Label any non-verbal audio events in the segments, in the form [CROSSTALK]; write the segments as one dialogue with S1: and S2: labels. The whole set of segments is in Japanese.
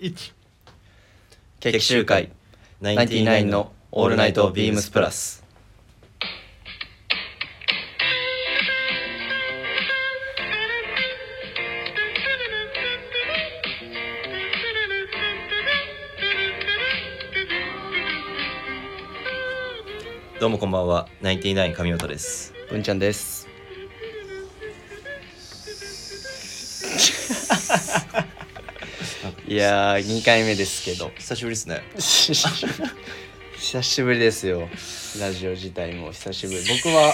S1: 1
S2: 決起集会ナインティナインのオールナイトビームスプラスどうもこんばんはナインティナイン神本です
S3: 文ちゃん
S2: [LAUGHS]
S3: ですいやー2回目ですけど
S2: 久しぶりですね
S3: 久しぶりですよラジオ自体も久しぶり僕は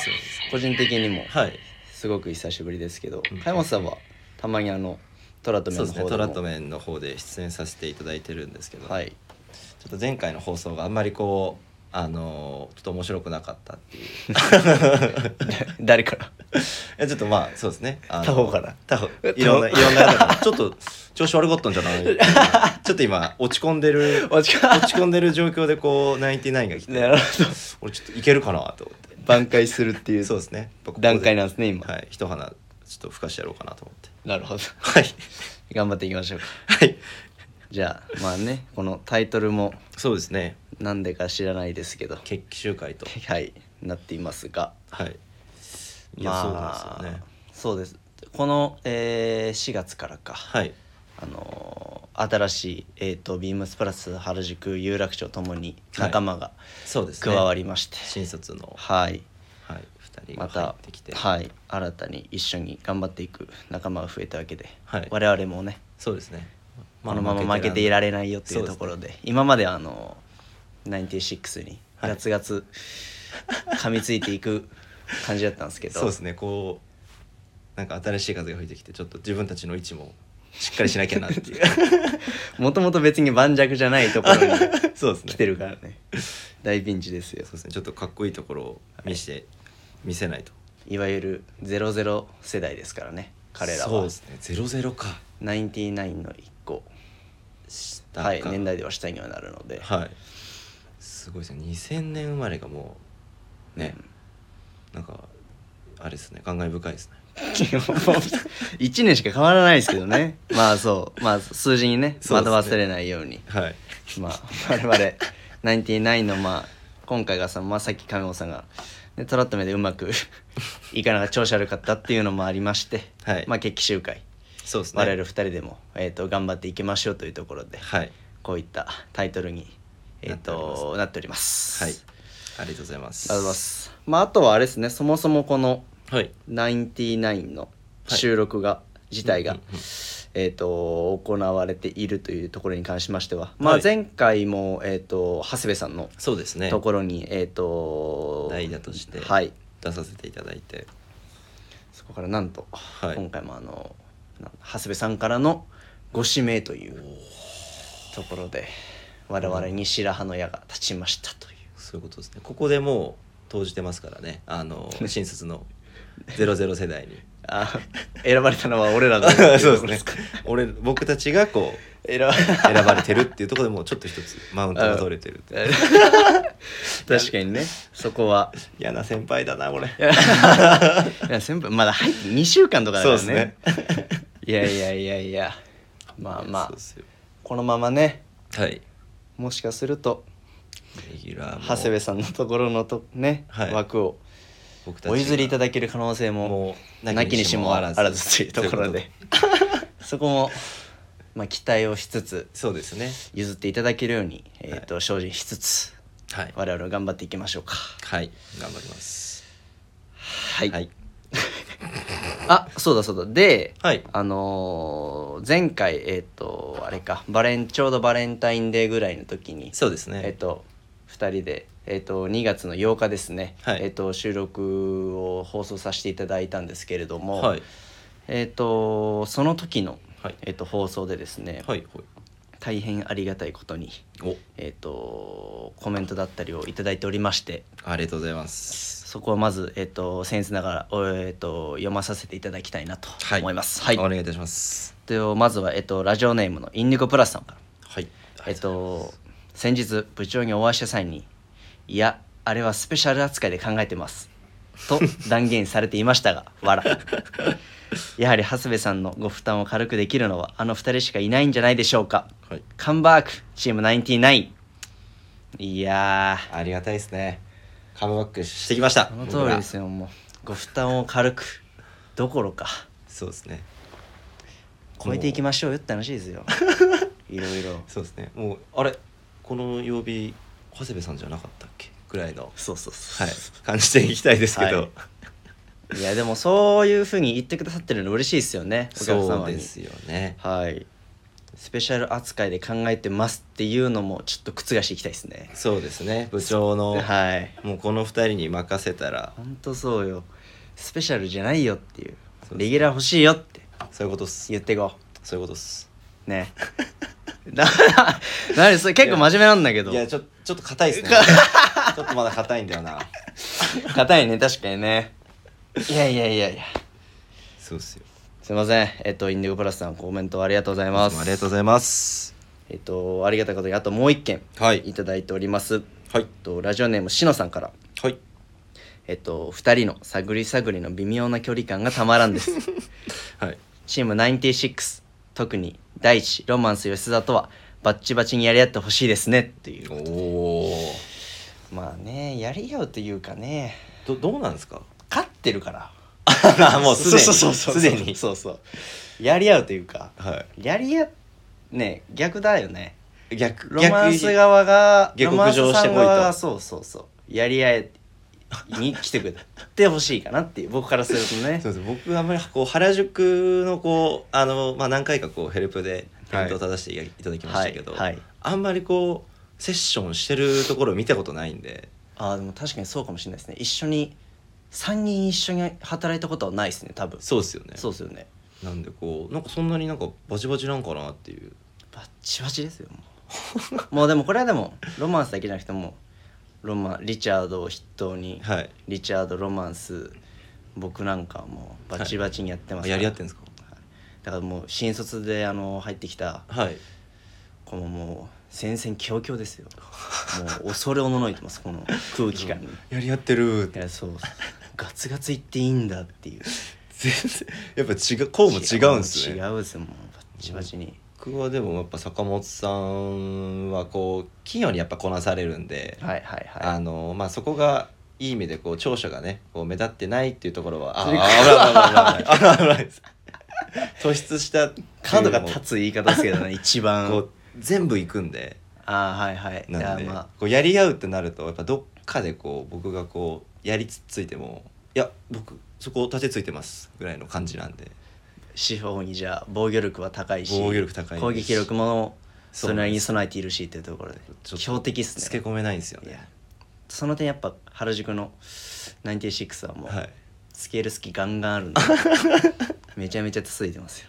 S3: 個人的にも
S2: はい
S3: すごく久しぶりですけど
S2: うん
S3: 加本さんはたまにあのトラットメン
S2: そう
S3: の
S2: です
S3: 方
S2: ね
S3: でも
S2: トラットメンの方で出演させていただいてるんですけど、
S3: はい [LAUGHS]
S2: ちょっと前回の放送があんまりこうあのーちょっと面白くなかったっていう [LAUGHS]
S3: 誰から
S2: えちょっとまあそうですねあの
S3: 他方から
S2: 他方
S3: え
S2: いろんないろんな方からちょっと調子悪かったんじゃ [LAUGHS] ないちょっと今落ち込んでる
S3: おちか [LAUGHS]
S2: 落ち込んでる状況でこうナインティナインが来て
S3: なるほど
S2: 俺ちょっといけるかなと思って
S3: 挽回するっていう
S2: そうですねここで
S3: 段階なんですね今、
S2: はい一花ちょっと吹かしてやろうかなと思って
S3: なるほど
S2: はい
S3: 頑張っていきましょうか
S2: はい
S3: じゃあまあねこのタイトルも
S2: そうですね
S3: なんでか知らないですけど
S2: 決起集会と
S3: はいなっていますが
S2: はいいや、
S3: まあ
S2: そうなんですよね
S3: そうですこの、えー4月からか、
S2: はい
S3: あのー新しい、えー、とビームスプラス原宿有楽町ともに
S2: はい
S3: 仲間が
S2: そうです
S3: 加
S2: ね
S3: わりまして、
S2: 新卒の
S3: はい
S2: はい2人
S3: ま
S2: が入ったてきて、
S3: はい、新たに一緒に頑張っていく仲間が増えたわけで、
S2: はい
S3: 我々もね
S2: そうですね
S3: このまま負けていられないよってい
S2: そう
S3: う
S2: です
S3: と
S2: ね
S3: ころで今まであの96に
S2: はい
S3: ガツガツ噛みついていく感じだったんですけど
S2: そうですねこうなんか新しい風が吹いてきてちょっと自分たちの位置もしっかりしなきゃなっていう
S3: [LAUGHS] もともと別に盤石じゃない
S2: [LAUGHS]
S3: ところに
S2: そうですね
S3: 来てるからね大ピンチですよ
S2: そうですねちょっとかっこいいところを見せて、見せないと
S3: いわゆる00世代ですからね彼ら
S2: そう
S3: は
S2: ですねゼロゼロか
S3: 99の1個
S2: 下か
S3: はい年代では下にはなるので、 [LAUGHS]
S2: はいすごいですね2000年生まれがもうね、なんかあれですね感慨深いですね
S3: 1年しか変わらないですけどねまあそうまあ数字にね
S2: そうです
S3: 惑
S2: ね
S3: わされないように
S2: はい
S3: まあ我々99のまあ今回がさまあさっき亀尾さんが、ね、トラット目でうまくいかなか調子悪かったっていうのもありまして、
S2: はい
S3: まあ決起集会
S2: そうですね
S3: 我々2人でも、えー、と頑張っていきましょうというところで
S2: はい
S3: こういったタイトルに、えー、となっております。
S2: はいありがとうございます
S3: ありがとうございます。まああとはあれですねそもそもこの
S2: はい
S3: 99の収録が、自体が、
S2: うんうんうん
S3: えー、と行われているというところに関しましては、まあ
S2: は、い
S3: 前回も、えー、と長谷部さんの
S2: そうですね
S3: ところに、えっ、と
S2: 代打として
S3: はい
S2: 出させていただいて
S3: そこからなんと、
S2: はい
S3: 今回もあのな長谷部さんからのご指名というところで我々に白羽の矢が立ちましたという
S2: そういうことですねここでもう投じてますからねあ
S3: [LAUGHS]
S2: の新卒の00世代に
S3: あ [LAUGHS] 選ばれたのは俺らの
S2: [LAUGHS] そうですね俺僕たちがこう
S3: 選ば
S2: [LAUGHS] 選ばれてるっていうところでもうちょっと一つマウントが取れてるっていう
S3: 確かにねそこは
S2: [LAUGHS] 嫌な先輩だなこれ
S3: いや先輩まだ入って2週間とかだからね
S2: そうですね
S3: いやいやいやいやまあま
S2: そう
S3: あ
S2: ですよ
S3: このままね
S2: はい
S3: もしかすると
S2: レギュラーも
S3: 長谷部さんのところのとね、
S2: はい
S3: 枠を
S2: 僕たちが
S3: お譲りいただける可能性も
S2: もう
S3: なきにしもあらず
S2: なきにしも
S3: というところでそこも、まあ、期待をしつつ
S2: そうですね
S3: 譲っていただけるように、えー、と精進しつつ
S2: はい
S3: 我々は頑張っていきましょうか
S2: はい頑張ります
S3: はい、
S2: はい
S3: あそうだそうだで、
S2: はい
S3: あのー前回えっ、とあれかバレンちょうどバレンタインデーぐらいの時に
S2: そうですね
S3: えっ、と2人で、えっと2月の8日ですね、
S2: はい
S3: えっと収録を放送させていただいたんですけれども、
S2: はい
S3: えっとその時の、
S2: はい
S3: えっと放送でですね、
S2: はい
S3: 大変ありがたいことに、
S2: はい
S3: えっとコメントだったりをいただいておりまして
S2: おありがとうございます
S3: そこをまず、えっと僭越ながら、おえっと読まさせていただきたいなと思います。はい
S2: お願いいたします
S3: えっとまずは、えっと、ラジオネームのインディゴプラスさんから、
S2: はい
S3: えっと、先日部長にお会いした際に「いやあれは [LAUGHS] スペシャル扱いで考えてます」と断言されていましたが笑やはり長谷部さんのご負担を軽くできるのはあの2人しかいないんじゃないでしょうか
S2: はい
S3: カンバークチーム99いやー
S2: ありがたいですねカムバックしてきました
S3: その通りです
S2: よ
S3: よもうご負担を軽くどころか
S2: そうですね
S3: 超えていき
S2: ま
S3: ましょうよって話ですよ [LAUGHS] いろいろ
S2: そうですねもうあれこの曜日長谷部さんじゃなかったっけぐらいの、
S3: そうそうそ
S2: は
S3: う、
S2: い、感じていきたいですけど、
S3: はいい、やでもそういうふうに言ってくださってるの嬉しいですよねお客
S2: そう
S3: 様
S2: で
S3: に
S2: すよね
S3: はいスペシャル扱いで考えてますっていうのもちょっと覆していきたいですね
S2: そうですね部長の、
S3: はい
S2: もうこの2人に任せたら
S3: ほんとそうよスペシャルじゃないよっていう
S2: そう
S3: レギュラー欲しいよって
S2: そういうことっす
S3: 言ってこ
S2: そういうことっす [LAUGHS]
S3: うねななにそれ結構真面目なんだけど
S2: いやちょちょっと硬 [LAUGHS] いですねちょっとまだ硬いんだよな
S3: 硬いね確かにねいやいやいやいや
S2: そうっすよ
S3: すいませんえっとインディゴプラスさんコメントありがとうござい
S2: あ
S3: ま
S2: り
S3: す
S2: がとうございます
S3: えっとありがたいことにあともう一件
S2: はい
S3: いただいております、え
S2: はい
S3: っと、ラジオネームしのさんから
S2: はい
S3: えっと2人の探り探りの微妙な距離感がたまらんです
S2: [LAUGHS] はい
S3: チーム96特に第一ロマンス吉田とはバッチバチにやり合ってほしいですねっていう
S2: おお
S3: まあねやり合うというかね
S2: どどうなんですか
S3: 勝ってるか
S2: [LAUGHS]
S3: ら
S2: もうすでに
S3: そうそうそうそう
S2: すでに
S3: そうそうやり合うというか
S2: は
S3: やり合ね逆だよね
S2: い逆
S3: ロマンス
S2: が
S3: 側が
S2: 下
S3: ロマン
S2: 克
S3: ス
S2: 上してこいと
S3: さん側がそうそうそうやり合えに来てくれてほしいかなっていう僕からすると
S2: [LAUGHS]
S3: ね
S2: そうです僕あんまりこう原宿のこうあの、まあ、何回かこうヘルプで返答を正していただきましたけど、
S3: はいはい
S2: あんまりこうセッションしてるところ見たことないんで
S3: あーでも確かにそうかもしれないですね一緒に3人一緒に働いたことはないですね多分
S2: そうですよね
S3: そうですよね
S2: なんでこうなんかそんなになんかバチバチなんかなっていう
S3: バッチバチですよ
S2: [LAUGHS]
S3: もうもうでもこれはでもロマンスだけじゃなくてもうロマンリチャードを筆頭に、
S2: はい
S3: リチャードロマンス僕なんかはもうバチバチにやってます
S2: あやり合ってんですか
S3: はいだからもう新卒であの入ってきた
S2: はい
S3: このもう戦々恐々です
S2: [LAUGHS]
S3: よもう恐れおののいてますこの空気感に、い
S2: やり合ってる
S3: やそうガツガツいっていいんだっていう
S2: 全然やっぱ違うこうも違うんです
S3: 違
S2: ね
S3: うですもうバッチバチに、
S2: 僕はでもやっぱ坂本さんはこう器用にやっぱこなされるんで、
S3: はいはい
S2: あ
S3: は
S2: のまあそこがいい意味でこう長所がねこう目立ってないっていうところはああ
S3: そ
S2: 危
S3: れ
S2: ない危ない危ない危ない危な
S3: [LAUGHS]
S2: いです [LAUGHS] 突出したっていう
S3: い角が立つ言い方ですけど [LAUGHS] ね一番
S2: こう全部いくんで
S3: ああはいはいい
S2: な
S3: や
S2: んで
S3: ま
S2: こうやり合うってなるとやっぱどっかでこう僕がこうやりつついてもいや僕そこ立てついてますぐらいの感じなんで
S3: あ四方にじゃあ防御力は高いし
S2: 防御力高いです
S3: 攻撃力も
S2: そ
S3: そうれなりに備えているしっていうところで
S2: ちょっと
S3: 強敵っすね
S2: つけ込めないんですよ
S3: いや
S2: ね。
S3: その点やっぱ原宿の96はもう、
S2: はい
S3: スケール好きガンガンあるんで [LAUGHS] めちゃめちゃつついてますよ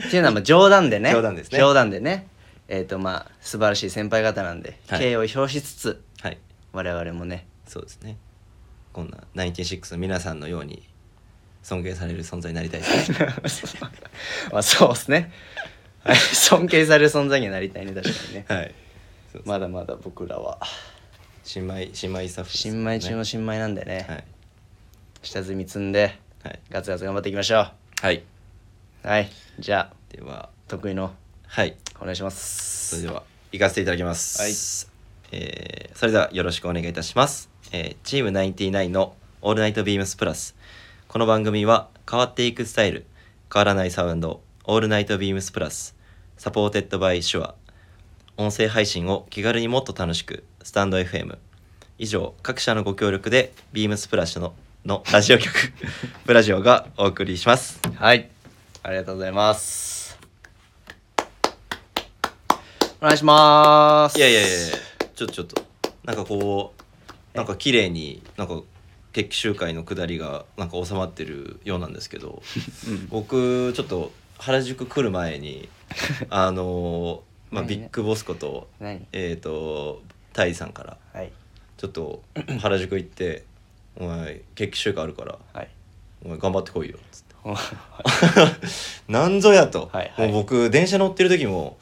S3: っていうのはまあ冗談でね
S2: 冗談ですね
S3: 冗談でねえっ、とまあ素晴らしい先輩方なんで
S2: はい
S3: 敬意を表しつつ
S2: はい
S3: 我々もね [LAUGHS]
S2: そうですねこんな96の皆さんのように尊敬される存在になりたい
S3: [LAUGHS]
S2: ですね
S3: まあそうですねはい尊敬される存在にはなりたいね確かにね
S2: はいそう
S3: まだまだ僕らは
S2: 新米新米スタッフですね
S3: 新米中の新米なんでね、
S2: はい
S3: 下積み積んで
S2: はい、
S3: ガツガツ頑張っていきましょ
S2: はい、
S3: うはいじゃあ
S2: では
S3: 得意の
S2: はい
S3: お願いしま
S2: そ
S3: す
S2: れでは行かせていただきます、えーそれではよろしくお願いいたします、えーチーム99の「オールナイトビームスプラス」この番組は変わっていくスタイル変わらないサウンド「オールナイトビームスプラス」サポーテッドバイシュア音声配信を気軽にもっと楽しくスタンド FM 以上各社のご協力でビームスプラスののラジオ局ブラジオがお送りします
S3: はいありがとうございますお願いします
S2: いやいやいやいやちょっとちょっとなんかこうなんか綺麗になんか決起集会の下りがなんか収まってるようなんですけど、僕ちょっと原宿来る前にあのーまあ、
S3: 何
S2: ビッグボスこと
S3: 何
S2: えっ、とタイさんから
S3: はい
S2: ちょっと原宿行って「お前決起集会あるから [LAUGHS]
S3: はい
S2: お前頑張ってこいよ」つって
S3: はい
S2: なんぞやと、
S3: はいはい
S2: もう僕電車乗ってる時も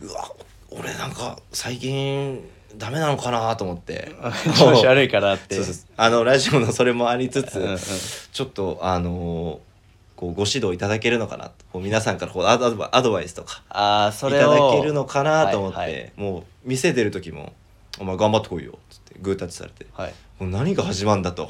S2: うわ俺なんか最近ダメなのかなと思
S3: [LAUGHS]
S2: って
S3: [LAUGHS]
S2: [LAUGHS]
S3: 調子悪いからって
S2: そうそうあのラジオのそれもありつつ、
S3: うんうん
S2: ちょっとあのーこうご指導いただけるのかなとこう皆さんからこうアドバアドバイスとか
S3: ああそ
S2: い
S3: れ
S2: た
S3: を
S2: だけるのかなと思って、
S3: はいはい
S2: もう店出る時も「お前頑張ってこいよ」っつってグータッチされて
S3: はい
S2: 「もう何が始まんだ」
S3: [LAUGHS]
S2: と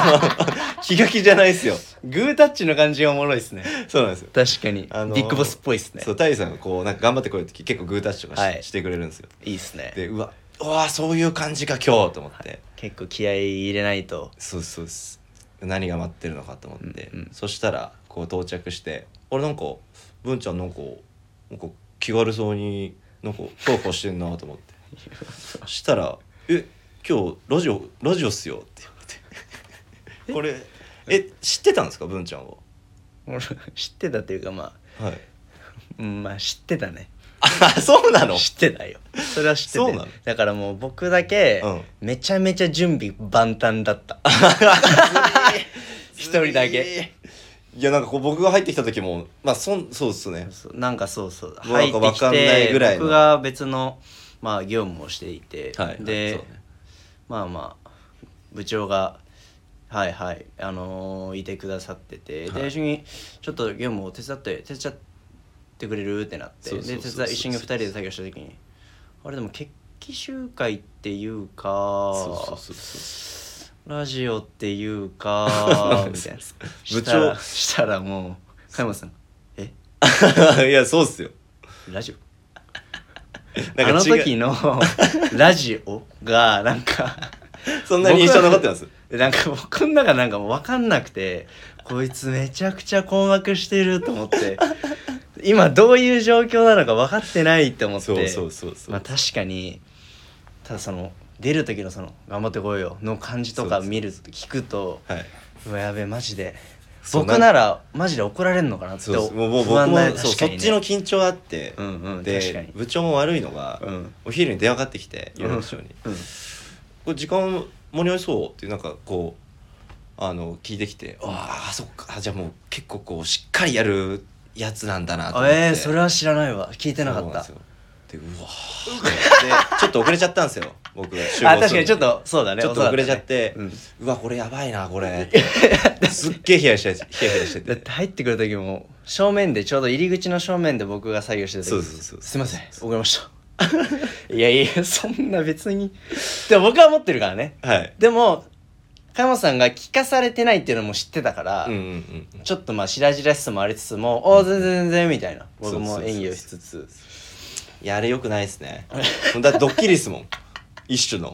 S2: [LAUGHS] 気が気じゃないですよ
S3: グータッチの感じがおもろいですね
S2: そうなんですよ
S3: 確かに、
S2: あのー
S3: ビッグボスっぽいですね
S2: そうタイさんがこうなんか頑張ってこいって結構グータッチとかし,、
S3: はい
S2: てくれるんですよ
S3: いいですね
S2: でうわうわそういう感じか今日と思って、
S3: 結構気合い入れないと [LAUGHS]
S2: そうですそうです何が待ってるのかと思って、
S3: うんうん
S2: そしたらこう到着して「あれなんか文ちゃんなんかなんか気軽そうになんか投稿してんな」と思ってそしたら「え今日ラジオラジオっすよ」って言われてこれえ知ってたんですか文ちゃんは
S3: 俺知ってたというかまあ
S2: はい
S3: うんまあ知ってたね
S2: [LAUGHS] あそうなの
S3: 知ってたよそれは知って
S2: そう
S3: て
S2: なの
S3: だからもう僕だけ、
S2: う
S3: めちゃめちゃ準備万端だった [LAUGHS] 一人だけ
S2: いやなんかこう僕が入ってきた時もまあそんそうっすね
S3: そうなんかそうそう
S2: うわ
S3: 入って
S2: わ
S3: き
S2: かんない
S3: て
S2: ぐらいの
S3: 僕が別のまあ業務をしていて、
S2: はい
S3: で、
S2: そうね
S3: まあまあ部長がはいはいあのーいてくださってて、
S2: はい
S3: で一緒にちょっと業務を手伝って手伝ってくれるってなって
S2: そうそうそう
S3: で手伝い一緒に二人で作業した時にあれでも決起集会っていうか
S2: そうそうそうそ
S3: ラジオっていう
S2: [LAUGHS]
S3: かみたいな
S2: 部長
S3: したらしたらもう加山さん「え
S2: う [LAUGHS] いやそうっすよ
S3: ラジオ?」
S2: なんか
S3: あの
S2: 違う [LAUGHS]
S3: 時のラジオがなんか
S2: そんなに印象残ってます
S3: 僕なんか僕の中なんかもう分かんなくてこいつめちゃくちゃ困惑してると思って今どういう状況なのか分かってないって思って
S2: そうそうそうそう、
S3: まあ確かにただその出る時のその「頑張ってこいよ」の感じとか見ると聞くと
S2: はい、
S3: うわやべえマジで
S2: そう
S3: 僕ならマジで怒られるのかなって
S2: そうそうもうもう
S3: 不
S2: 僕
S3: 安
S2: も
S3: だよ
S2: そう
S3: 確
S2: そ
S3: か
S2: っ
S3: にね
S2: ちの緊張あって、
S3: うんうん確か
S2: で
S3: に
S2: 部長も悪いのが、
S3: うん
S2: お昼に電話かかってきて夜の部長に
S3: うんうん
S2: 「これ時間間に合いそう?」ってなんかこうあの聞いてきて「ああそっかあじゃあもう結構こうしっかりやるやつなんだな」と思って
S3: えー、それは知らないわ聞いてなかった
S2: そうなんですよでうわーでちょっと遅れちゃったんですよ僕が集合するの
S3: あ確かにちょっとそうだね
S2: ちょっと遅れちゃって、
S3: 遅かたね
S2: うわこれやばいなこれすっげえヒヤヒヤしてヒヤヒヤして
S3: うんだってて入ってくる時も正面でちょうど入り口の正面で僕が作業してた時
S2: そうそうそう
S3: すいません遅れました [LAUGHS] いやいやそんな別にでも僕は持ってるからね
S2: はい
S3: でも加山さんが聞かされてないっていうのも知ってたから、
S2: うんうんうん
S3: ちょっとまあ白々しさもありつつも「おお全然全然」みたいな僕
S2: そうそう
S3: も
S2: そうそう
S3: 演技をしつつ
S2: いやあれよくないですねだってドッキリっすもん一種の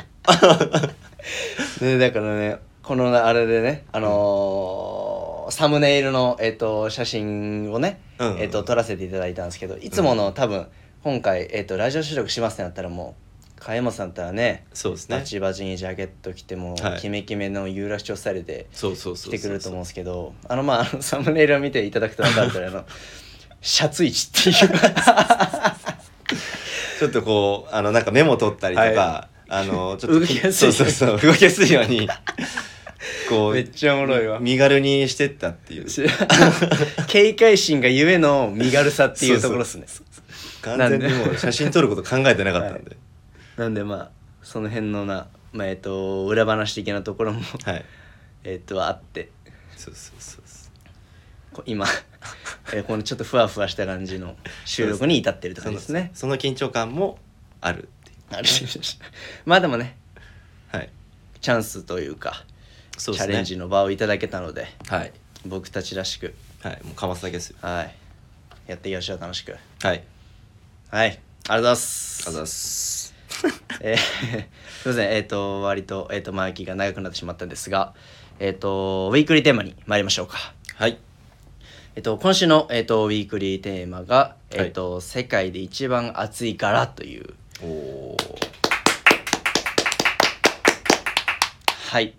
S3: でだからねこのあれでねあのーサムネイルの、えっと写真をね、
S2: うん
S3: えっと撮らせていただいたんですけどいつもの、多分今回、えっとラジオ収録しますってなったらもう加山さんったらね
S2: そうです
S3: バ
S2: ね
S3: チバチにジャケット着てもう、
S2: はい
S3: キメキメの有楽町スタイルで
S2: そうそうそ
S3: 来
S2: う
S3: てくると思うん
S2: う
S3: ですけどあのまああのサムネイルを見ていただくと分かるとあのシャツ位置っていう
S2: [LAUGHS] ちょっとこうあのなんかメモ取ったりとか、
S3: は
S2: あのちょっと
S3: 動きやすい
S2: そうそうそう動きやすいようにこう
S3: めっちゃおもろいわ [LAUGHS]
S2: 身軽にしてったっていう
S3: 警戒心がゆえの身軽さっていうところですね
S2: 完全にもう写真撮ること考えてなかったんで
S3: なんでまあその辺のな、まあえっと裏話的なところも
S2: はい、
S3: えっとあって
S2: そうそうそうそう
S3: こ今 [LAUGHS] えーこのちょっとふわふわした感じの収録に至ってるとかですね
S2: そのその緊張感もあるってい
S3: あれ [LAUGHS] まあでもね
S2: うはい
S3: チャンスというか
S2: そう
S3: チ
S2: です
S3: ャ
S2: ね
S3: レンジの場をいただけたので
S2: はい
S3: 僕たちらしく
S2: はいもうかますだけですよ
S3: はいやっていきましょう楽しく
S2: はいありが
S3: はいありがとうございま
S2: とう
S3: す
S2: ございます
S3: えーすいませんえっ、と割とえっ、と前置きが長くなってしまったんですがえっ、とウィークリーテーマに参りましょうか
S2: はい
S3: えっと、今週の、えっと、ウィークリーテーマが、えっと、世界で一番暑いからという。
S2: おお
S3: はい。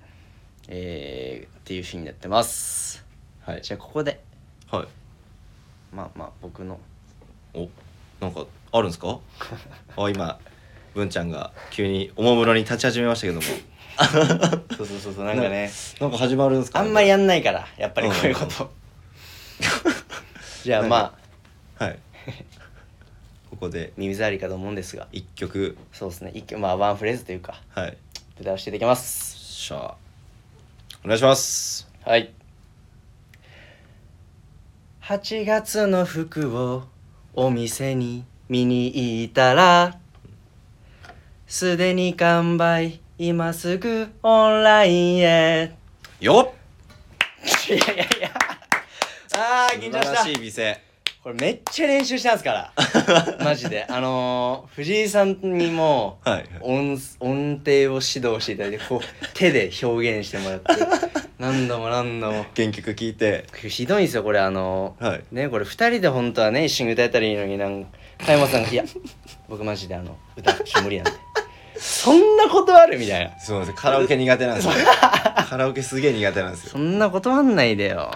S3: えー、っていうふうになってます。
S2: はい
S3: じゃあ、ここで、
S2: はい
S3: まあまあ、僕の。
S2: おなんかあるんです
S3: [LAUGHS]
S2: かあ今文ちゃんが急におもむろに立ち始めましたけども
S3: [LAUGHS] そうそうそうそう、
S2: ななんか始まるんですか
S3: あんまやんないから、やっぱりこういうこ
S2: う
S3: と。じゃあ、
S2: なん
S3: ま
S2: か
S3: あ、
S2: はいここで
S3: 耳障りかと思うんですが、
S2: 一曲
S3: そうですね、一挙まあ、ワンフレーズというか、
S2: はい
S3: 出だしていただきます。
S2: しゃあお願いします
S3: はい。 8月の服をお店に見に行ったらすでに完売今すぐオンラインへ
S2: よっ
S3: いやいやいやあー
S2: 素
S3: 緊
S2: 晴
S3: 張
S2: らし
S3: し
S2: い
S3: た
S2: 店
S3: これめっちゃ練習したんです [LAUGHS] からマジであのー、藤井さんにも
S2: はいはい
S3: 音音程を指導していただいてこう手で表現してもらって何度も何度も
S2: 原曲聞いて
S3: ひどいんですよこれあの
S2: はい
S3: ねこれ2人で本当はね一緒に歌えたらいいのになんか加山さんが「いや僕マジであの歌ちょっと無理なんで」そんなことあるみたいな
S2: すみませんカラオケ苦手なん
S3: [LAUGHS]
S2: ですよカラオケすげえ苦手なんですよ
S3: そんなことあんないでよ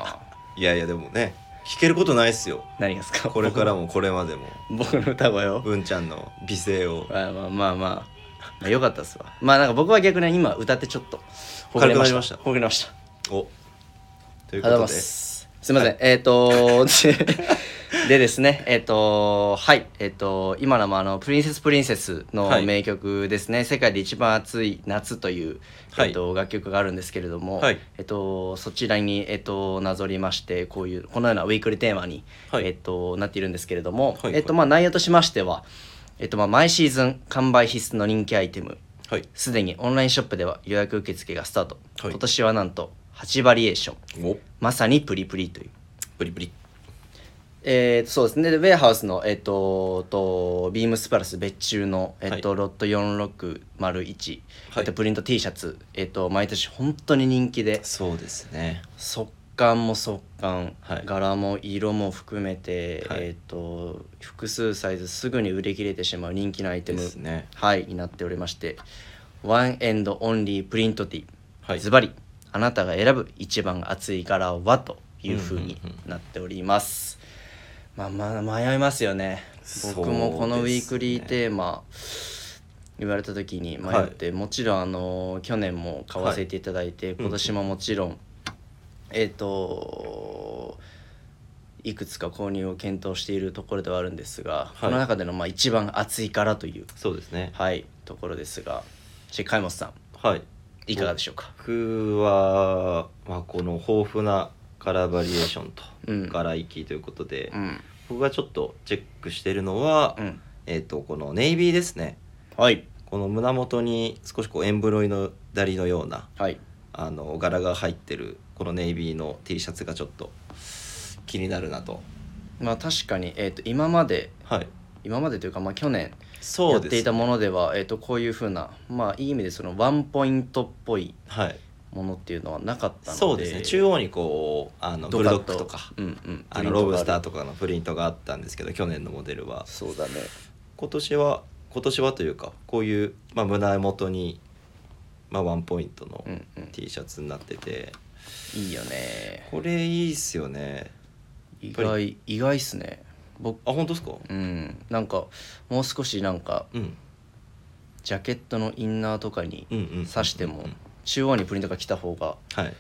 S2: いやいやでもね弾けることないっすよ
S3: 何がですか
S2: これからもこれまでも
S3: 僕の歌声を
S2: 文ちゃんの美声を
S3: まあまあまあまあ、まあ、よかったっすわまあなんか僕は逆に今歌ってちょっとほぐれ
S2: 軽く
S3: ました
S2: なりました
S3: ほぐれました
S2: おというこ
S3: ありがと
S2: と
S3: うご
S2: で
S3: ざいます。すみません、えっ、と [LAUGHS] ででですね、えっ、とはい、えっ、と今のもあのプリンセスプリンセスの
S2: はい
S3: 名曲ですね、世界で一番暑い夏という、
S2: はい
S3: えっ、と楽曲があるんですけれども、
S2: はい
S3: えっ、とそちらにえっ、となぞりましてこういうこのようなウィークリーテーマに、
S2: はい
S3: えっ、となっているんですけれども、
S2: はい
S3: えっ、とまあ内容としましては、えっ、とまあ毎シーズン完売必須の人気アイテム。
S2: はい
S3: すでにオンラインショップでは予約受付がスタート、
S2: はい
S3: 今年はなんと8バリエーション
S2: お
S3: まさにプリプリという。
S2: ブリブリ
S3: えー、そうですねでウェアハウスの、えっととビームスプラス別注の、えっと
S2: は
S3: ロット4601、
S2: はい
S3: えっとプリント T シャツ、えっと毎年本当に人気で
S2: そうですね
S3: 速乾も速乾、
S2: はい
S3: 柄も色も含めて、
S2: はい
S3: えっと複数サイズすぐに売り切れてしまう人気のアイテ
S2: で
S3: ム、
S2: すね
S3: はいになっておりましてワンエンドオンリープリント T
S2: はい
S3: ズバリあなたが選ぶ一番熱い柄はというふうに
S2: うんうん
S3: なっております、まあまあ迷いますよね僕
S2: そう
S3: も
S2: ですね
S3: このウィークリーテーマ言われた時に迷って、もちろんあの去年も買わせていただいて、
S2: うん
S3: 今年ももちろん、えっ、といくつか購入を検討しているところではあるんですが、
S2: い
S3: この中でのまあ一番熱い柄という
S2: そうですね
S3: はいところですがちかいもさん
S2: はい
S3: いかがでしょうか
S2: 僕は、まあ、この豊富なカラーバリエーションと
S3: うん
S2: 柄行きということで、
S3: うん
S2: 僕がちょっとチェックしてるのは、
S3: うん
S2: えっ、とこのネイビーですね
S3: はい
S2: この胸元に少しこうエンブロイのダリのような
S3: はい
S2: あの柄が入ってるこのネイビーの T シャツがちょっと気になるなと
S3: まあ確かに、えー、と今まで
S2: はい
S3: 今までというか、まあ、去年
S2: そ
S3: や
S2: う
S3: っ
S2: です
S3: ていたものではえー、とこういうふうなまあいい意味でそのワンポイントっぽい
S2: はい
S3: ものっていうのはなかったので
S2: そうですね中央にこうあのブルドッグとか
S3: うんうん、
S2: あのロブスター
S3: と
S2: とかのプリントがあったんですけど去年のモデルは
S3: そうだね
S2: 今年は今年はというかこういう、まあ、胸元に、まあ、ワンポイントの
S3: うんうん
S2: T シャツになってて、
S3: いいよね
S2: これいいっすよね
S3: 意
S2: ぱり
S3: 外意外っすね僕
S2: あ本当ですか
S3: うんなんかもう少しなんか
S2: うん
S3: ジャケットのインナーとかに
S2: うんうんうんうん
S3: 刺しても中央にプリントが来た方が
S2: はい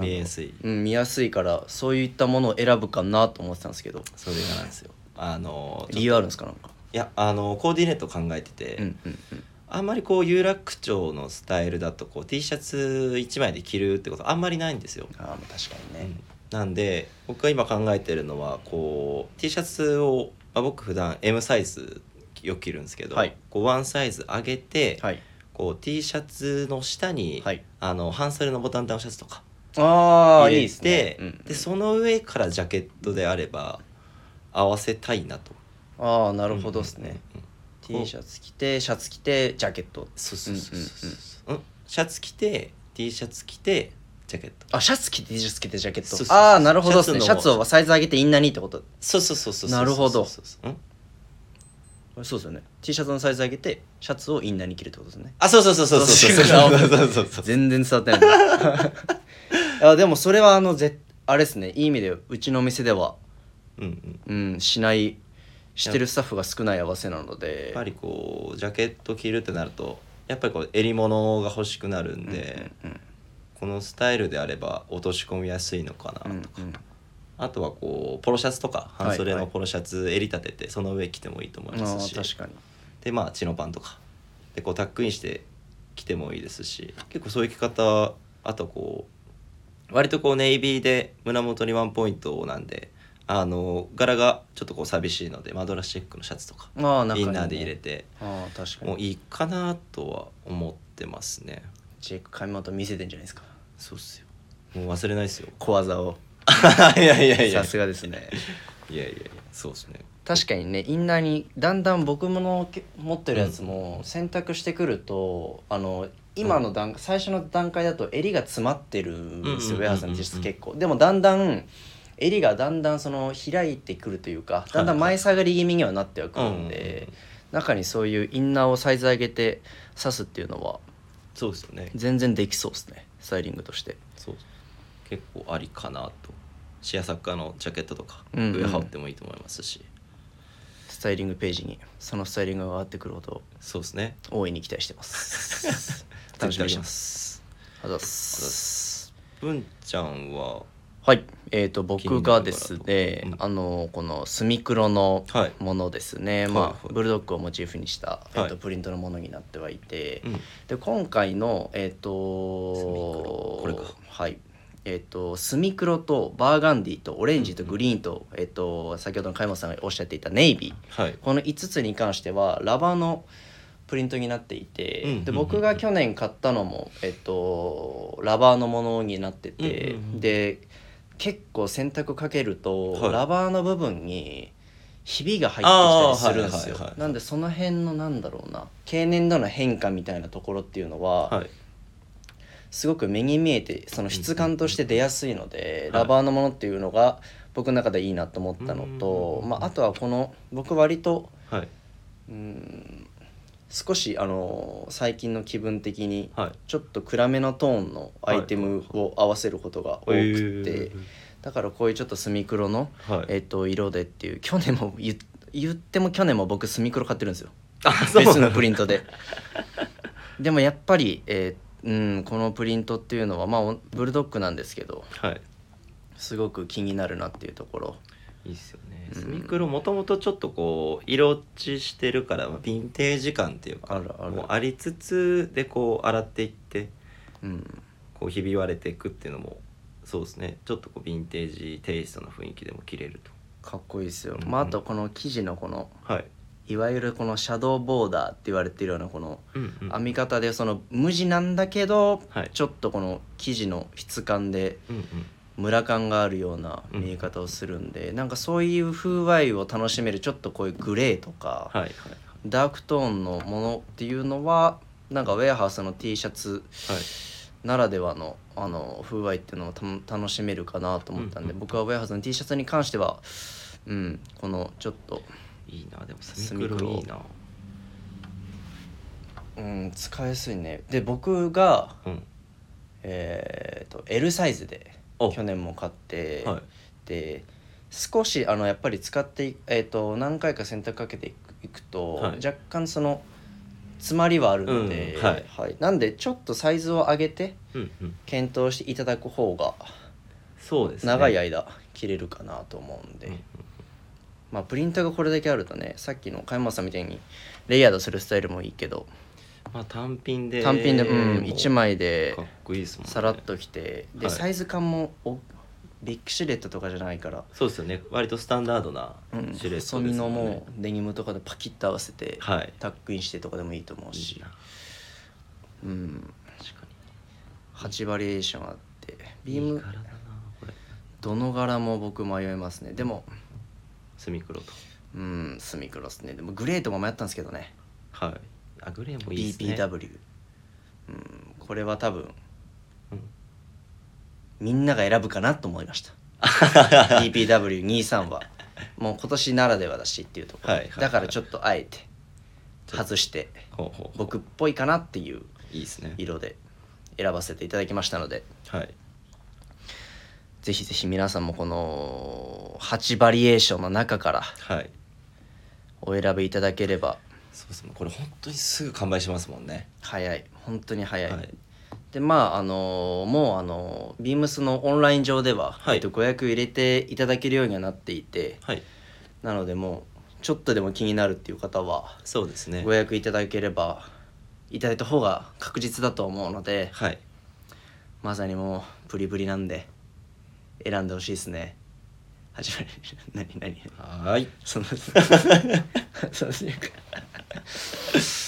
S2: 見えやすい
S3: うん、見やすいからそういったものを選ぶかなと思ってたんですけど
S2: それがなんですよあのちょっと
S3: 理由あるんですかなんか
S2: いやあのコーディネート考えてて、
S3: うんうんうん
S2: あんまりこう有楽町のスタイルだとこう T シャツ1枚で着るってことあんまりないんですよ、
S3: あーまあ確かにね、
S2: なんで僕が今考えてるのはこう T シャツを、まあ、僕普段 M サイズよく着るんですけど、
S3: はい
S2: こうワンサイズ上げて、
S3: はい
S2: こう T シャツの下に、
S3: はい
S2: あの半袖のボタンダウンシャツとか
S3: ああ
S2: 入
S3: いい
S2: れ
S3: ですね
S2: て、
S3: うんうん
S2: でその上からジャケットであれば合わせたいなと。
S3: ああなるほどですね、
S2: うんうんうん
S3: T シャツ着てシャツ着てジャケット
S2: そうそうそうそうそう、うんシャツ着て T シャツ着てジャケット
S3: あシャツ着て T シャツ着てジャケット
S2: そうそうそう
S3: ああなるほどですね
S2: シ
S3: シ
S2: ャ
S3: ャ
S2: ツの
S3: ツをサイズ上げてインナーにってこと
S2: そうそうそうそう
S3: なるほ
S2: そ
S3: ど
S2: うそうそううん
S3: これそうですよね T シャツのサイズ上げてシャツをインナーに着るってことですね
S2: あそうそうそうそうそうそうそうそうそうそうそう
S3: 全然伝わってないあでもそれはあのぜあれですねいい意味でうちのお店では
S2: うんうん
S3: うんしないしてるスタッフが少ない合わせなの
S2: や
S3: で
S2: っぱりこうジャケット着るってなるとやっぱりこう襟物が欲しくなるんで、
S3: うんうん
S2: このスタイルであれば落とし込みやすいのかなとか、
S3: うんうん
S2: あとはこうポロシャツとか
S3: はい
S2: 半袖のポロシャツ襟立ててその上着てもいいと思
S3: あ
S2: いますし、
S3: ー確かに
S2: でまあチノパンとかでこうタックインして着てもいいですし結構そういう着方あとこう割とこうネイビーで胸元にワンポイントなんであの柄がちょっとこう寂しいのでマドラスチェックのシャツとか
S3: ああ中
S2: イ
S3: に
S2: ン
S3: ね
S2: ナーで入れて
S3: ああ確か
S2: もう
S3: に
S2: いいかなとは思ってますね
S3: チェック髪元見せてんじゃないですか
S2: そうっすよもう忘れないっすよ
S3: 小技を
S2: [LAUGHS] いやいやいや
S3: さすがですね
S2: いやいやいやそうっすね
S3: 確かにねインナーにだんだん僕ものけ持ってるやつも選択してくるとあの今の段、最初の段階だと襟が詰まってるんですよ
S2: うんうんうんうんうん
S3: ウェアハウスの実質結構でもだんだん襟がだんだんその開いてくるというかだんだん前下がり気味にはなってはくる
S2: うんうん
S3: んで、
S2: うんうん
S3: 中にそういうインナーをサイズ上げて刺すっていうのは
S2: そうっすよね
S3: 全然できそうですねスタイリングとして
S2: そう結構ありかなとシアサッカーのジャケットとか
S3: うんうん
S2: 上羽織ってもいいと思いますし、
S3: スタイリングページにそのスタイリングが上がってくることを
S2: そうです
S3: [LAUGHS]
S2: ね
S3: 大いに期待してます楽しみにしてます
S2: す
S3: ありがとうございます
S2: 文ちゃんは
S3: はい、えー、と僕がです
S2: 気にな
S3: ね
S2: る、から
S3: あのこの墨黒の
S2: はい
S3: ものですね、
S2: はい
S3: まあ
S2: はい
S3: ブルドッグをモチーフにした、えー、
S2: はい
S3: とプリントのものになってはいて、
S2: うん
S3: で今回のえっ、と
S2: これか
S3: はいえー、と墨黒とバーガンディとオレンジとグリーンと,、えー、と先ほどの加山さんがおっしゃっていたネイビー、
S2: はい
S3: この5つに関してはラバーのプリントになっていて、
S2: うん
S3: で
S2: うんうん
S3: 僕が去年買ったのも、えっと、ラバーのものになってて、
S2: うんうんうん
S3: で結構洗濯かけると、
S2: はい
S3: ラバーの部分にひびが入ってきたりするんですよ、
S2: あーはいはいはいはい
S3: なんでその辺のなんだろうな経年度の変化みたいなところっていうのは、
S2: はい
S3: すごく目に見えてその質感として出やすいので、
S2: はい
S3: ラバーのものっていうのが僕の中でいいなと思ったのと、
S2: うん
S3: まあ、あとはこの僕割と
S2: はいう
S3: ーん少しあのー最近の気分的に
S2: はい
S3: ちょっと暗めのトーンのアイテムを合わせることが多く
S2: え
S3: て、
S2: ー
S3: だからこういうちょっと墨黒の、
S2: はい
S3: えっと色でっていう去年も [LAUGHS] 言言っても去年も僕墨黒買ってるんですよ
S2: あ [LAUGHS] そう
S3: 別のプリン
S2: [LAUGHS]
S3: トででもやっぱり、えーうん、このプリントっていうのはまあおブルドッグなんですけど
S2: はい
S3: すごく気になるなっていうところ
S2: いいっすよね
S3: うん
S2: スミクロもともとちょっとこう色落ちしてるからまあヴィンテージ感っていうか
S3: あるある
S2: もうありつつでこう洗っていって
S3: うん
S2: こうひび割れていくっていうのもそうですねちょっとこうヴィンテージテイストの雰囲気でも着れると
S3: かっこいいですよ、
S2: うんうん
S3: まあ、あとこの生地のこの
S2: はい、
S3: いわゆるこのシャドーボーダーって言われてるようなこの
S2: うんうん
S3: 編み方でその無地なんだけど
S2: はい
S3: ちょっとこの生地の質感で
S2: うんうん
S3: ムラ感があるような見え方をするんでなんかそういう風合いを楽しめるちょっとこういうグレーとか
S2: はいはい
S3: ダークトーンのものっていうのはなんかウェアハウスの T シャツ
S2: はい
S3: ならではのあの風合いっていうのをたの楽しめるかなと思ったんで
S2: うんうん
S3: 僕はウェアハウスの T シャツに関してはうんこのちょっと
S2: いいなでもスミク
S3: スミ
S2: ロ
S3: クロ
S2: いいな
S3: うん使いやすいねで僕が
S2: うん
S3: えー、と L サイズで
S2: お
S3: 去年も買って、
S2: はい
S3: で少しあのやっぱり使ってい、えー、と何回か洗濯かけていくいくと、
S2: はい
S3: 若干その詰まりはあるので、
S2: うんはい
S3: なんでちょっとサイズを上げて
S2: うんうん
S3: 検討していただく方が
S2: そうですね
S3: 長い間着れるかなと思うんで、
S2: うんうん
S3: まあプリントがこれだけあるとねさっきの加山さんみたいにレイヤードするスタイルもいいけど
S2: まあ単品で
S3: 単品で、うん、
S2: もう
S3: 1枚で
S2: かっこいいですもんね
S3: さらっときて、
S2: は
S3: で、
S2: い
S3: サイズ感もおビッグシルエットとかじゃないから、
S2: そうですよね割とスタンダードな
S3: うん、
S2: シルエットで
S3: 細身
S2: すよね
S3: のもうデニムとかでパキッと合わせて、
S2: はい
S3: タックインしてとかでもいいと思う
S2: いい
S3: し
S2: な、
S3: うん、
S2: 確かに
S3: 8バリエーションあってビー
S2: いい
S3: ム
S2: 柄だなこれ
S3: どの柄も僕迷いますねでも
S2: スミクロと
S3: うんスミクロスねでもグレーとか迷ったんですけどね
S2: はいあグレーもいいですね
S3: BPW、うん、これは多分
S2: うん [LAUGHS]
S3: みんなが選ぶかなと思いました DPW23 はもう今年ならではだしっていうとこ
S2: は
S3: ろ、
S2: いはいはい
S3: だからちょっとあえて外して
S2: ほうほうほう
S3: 僕っぽいかなっていう
S2: いいですね
S3: 色で選ばせていただきましたので
S2: はい
S3: ぜひぜひ皆さんもこの8バリエーションの中から
S2: はい
S3: お選びいただければ
S2: そうですねこれ本当にすぐ完売しますもんね
S3: 早い本当に
S2: は
S3: 早い、
S2: い
S3: でまああのもうあのビームスのオンライン上では、
S2: はい
S3: えっと、ご予約入れていただけるようにはなっていて
S2: はい
S3: なのでもうちょっとでも気になるっていう方は
S2: そうですね
S3: ご予約いただければいただいた方が確実だと思うので
S2: はい
S3: まさにもうプリプリなんで選んでほしいですね始まり何何
S2: はーい
S3: そのその瞬間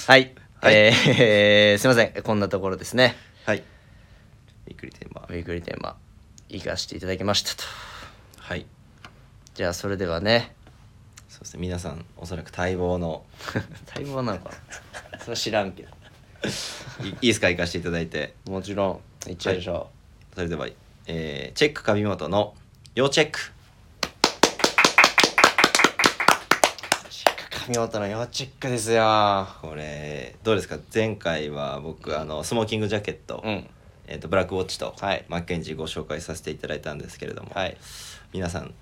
S3: はい、
S2: はい
S3: えーえーすいませんこんなところですね
S2: はいびっくりテーマ
S3: ウィークリーテーマ行かせていただきましたと
S2: はい
S3: じゃあそれではね
S2: そうですね皆さんおそらく待望の
S3: 待望なのかなそれは知らんけど
S2: い [LAUGHS] いいですか行かせていただいて
S3: もちろん行っちゃうでしょ
S2: それでは、えーチェック上本の要チェック
S3: 神本の要チェックですよ
S2: これどうですか前回は僕あのスモーキングジャケット、
S3: うん
S2: えー、とブラックウォッチと、
S3: はい
S2: マッケンジーご紹介させていただいたんですけれども、
S3: はい
S2: 皆さん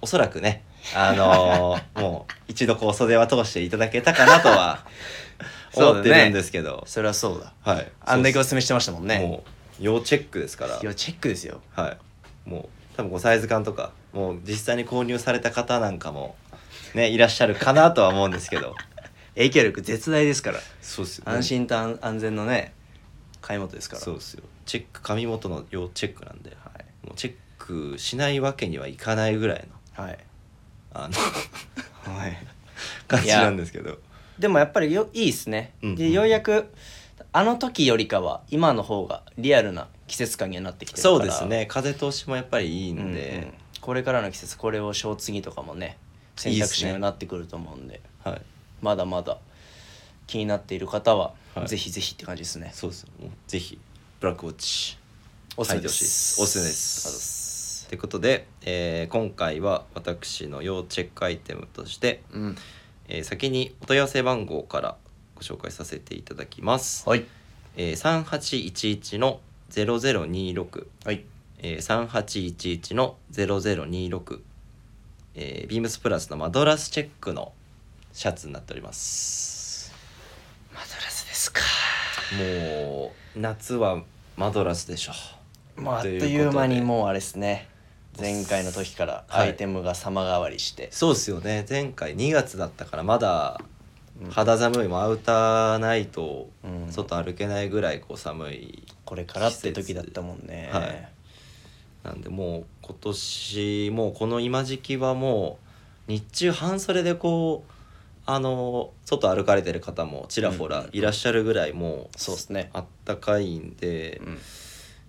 S2: おそらくねあのー [LAUGHS] もう一度こう袖は通していただけたかなとは
S3: [LAUGHS] そう
S2: 思
S3: だね
S2: ってるんですけど、
S3: それはそうだ
S2: はい
S3: あんだけ
S2: そ
S3: お
S2: う
S3: すすめしてましたもん
S2: で
S3: ね
S2: すもう要チェックですから
S3: いやチェックですよ
S2: はいもう多分こうサイズ感とかもう実際に購入された方なんかもねいらっしゃるかなとは思うんです
S3: [LAUGHS]
S2: けど
S3: 影響力絶大ですから
S2: そうですよ
S3: 安心と安安全のね買い元ですから
S2: そうですよチェック紙元の要チェックなんで、
S3: はい
S2: もうチェックしないわけにはいかないぐらいの
S3: はい、
S2: あの
S3: はい、
S2: 感じなんですけど
S3: でもやっぱりよいいですね、
S2: うん
S3: でようやくあの時よりかは今の方がリアルな季節感にはなってきてるから
S2: そうですね風通しもやっぱりいい
S3: うん
S2: ん
S3: で、
S2: で、
S3: これからの季節これを小継ぎとかもね選択肢
S2: いいっすね
S3: にはなってくると思うんで
S2: はい
S3: まだまだ気になっている方は、
S2: はい
S3: ぜひぜひって感じですね
S2: そうですよもうぜひブラックウォッチ
S3: おすすめで
S2: はい
S3: す
S2: おすすめですということで、えー今回は私の要チェックアイテムとして、
S3: うん
S2: えー先にお問い合わせ番号からご紹介させていただきます、
S3: はい
S2: えー、3811の0026
S3: はい
S2: えー、3811の0026、えー、ビームスプラスのマドラスチェックのシャツになっております
S3: マドラスですか
S2: もう夏はマドラスでしょ
S3: もうあっという間に
S2: う
S3: もうあれですね前回の時からアイテムが様変わりして、
S2: そうですよね前回2月だったからまだ
S3: うん
S2: 肌寒いもうアウターないと
S3: うん
S2: 外歩けないぐらいこう寒い
S3: これからって時だったもんね、
S2: はいなんでもう今年もうこの今時期はもう日中半袖でこうあの外歩かれてる方もちらほらいらっしゃるぐらいもう
S3: そうですね
S2: あったかいんで、
S3: うん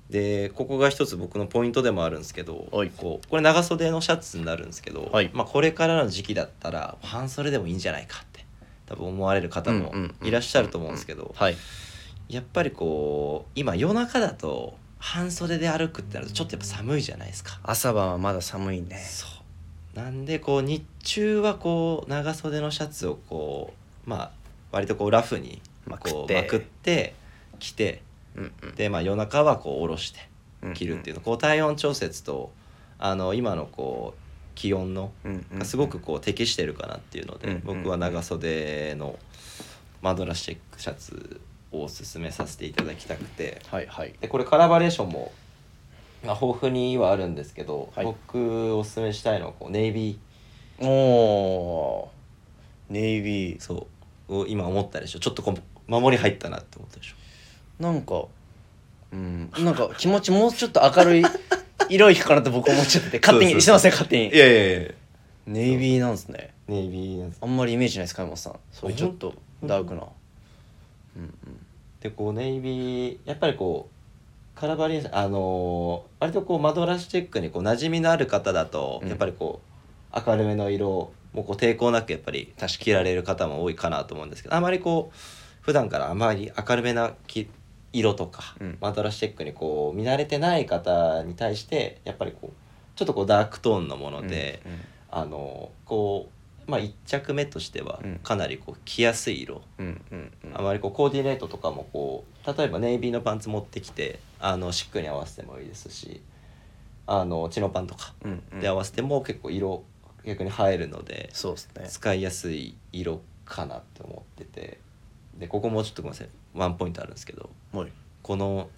S2: でここが一つ僕のポイントでもあるんですけど
S3: はい
S2: こうこれ長袖のシャツになるんですけど、
S3: はい
S2: まあ、これからの時期だったら半袖でもいいんじゃないかって多分思われる方も
S3: うんうんうん
S2: いらっしゃると思うんですけど
S3: はい
S2: やっぱりこう今夜中だと半袖で歩くってなるとちょっとやっぱ寒いじゃないですか。
S3: 朝晩はまだ寒いね
S2: そうなんでこう日中はこう長袖のシャツをこうまあ割とこうラフに
S3: まくって
S2: こうまくって着て
S3: うんうん
S2: でまあ夜中はこう下ろして
S3: うん
S2: 着るっていうのこう体温調節とあの今のこう気温の
S3: うんうん
S2: がすごくこう適してるかなっていうの
S3: うん
S2: で
S3: うん
S2: 僕は長袖のマドラスチェックシャツをおすすめさせていただきたくて。
S3: はいはい
S2: でこれカラーバリエーションも、まあ、豊富にはあるんですけど、
S3: はい
S2: 僕おすすめしたいのはこうネイビ
S3: おおーネイビ
S2: ー
S3: ー
S2: そうを今思ったでしょちょっとこう守り入ったなって思ったでしょ
S3: なんかうんなんか気持ちもうちょっと明る [LAUGHS] い色いくかなって僕思っちゃってて勝手に
S2: そうそうそう
S3: すいません勝手に
S2: やいやいや
S3: ネイビーなんですね
S2: ネイビーなんです
S3: あんまりイメージないですか山本さんそういうちょっと
S2: ほん
S3: ダークなうん
S2: でこうネイビーやっぱりこうカラーバリエーションあのー割とこうマドラスチェックにこう馴染みのある方だと、
S3: うん
S2: やっぱりこう明るめの色もこう抵抗なくやっぱり
S3: 確かに
S2: 着られる方も多いかなと思うんですけどあまりこう普段からあまり明るめなき色とか、
S3: うん
S2: マドラスチェックにこう見慣れてない方に対してやっぱりこうちょっとこうダークトーンのも
S3: う
S2: の
S3: ん
S2: で、
S3: うん
S2: あのーこう、まあ、1着目としては
S3: うん
S2: かなりこう着やすい色。
S3: うんうんうん
S2: あまりこうコーディネートとかもこう例えばネイビーのパンツ持ってきてあのシックに合わせてもいいですしあのチノパンとか
S3: うんうん
S2: で合わせても結構色逆に映えるので、
S3: そうですね
S2: 使いやすい色かなって思っててでここもうちょっとごめんなさいワンポイントあるんですけど
S3: はい
S2: この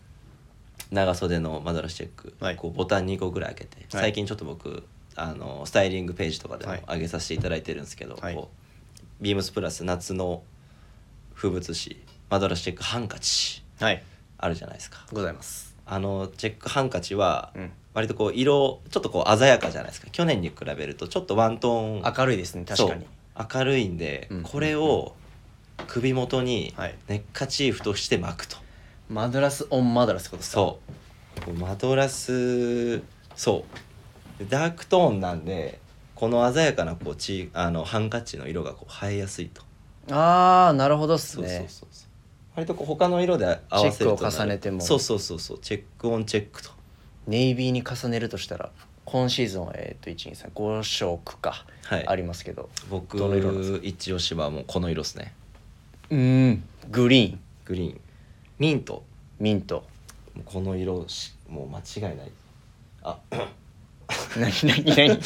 S2: 長袖のマドラスチェック、
S3: はい
S2: こうボタン2個ぐらい開けて、
S3: はい
S2: 最近ちょっと僕あのスタイリングページとかでも
S3: はい
S2: 上げさせていただいてるんですけど、
S3: はい
S2: こうビームスプラス夏の風物詩マドラスチェックハンカチ
S3: はい
S2: あるじゃないですか
S3: ございます
S2: あのチェックハンカチは、
S3: うん
S2: 割とこう色ちょっとこう鮮やかじゃないですか去年に比べるとちょっとワントーン
S3: 明るいですね確かに
S2: そう明るいんで、
S3: うんうんうん
S2: これを首元に
S3: はい
S2: ネッカチーフとして巻くと、
S3: マドラスオンマドラスってことですか
S2: そうマドラスそうダークトーンなんでこの鮮やかなこうチーあのハンカチの色がこう映えやすいと
S3: ああなるほどっす
S2: そう
S3: ね
S2: そうそうそう割とこう他の色で合わせるとなる
S3: チェックを重ねても
S2: そうそうそうそうチェックオンチェックと
S3: ネイビーに重ねるとしたら今シーズンはえっ、と1235色か、
S2: はい
S3: ありますけど
S2: 僕
S3: どの色なんです
S2: 一押しはもうこの色ですね
S3: うんグリーン
S2: グリーンミント
S3: ミント [LAUGHS]
S2: もうこの色しもう間違いないあ
S3: 何何何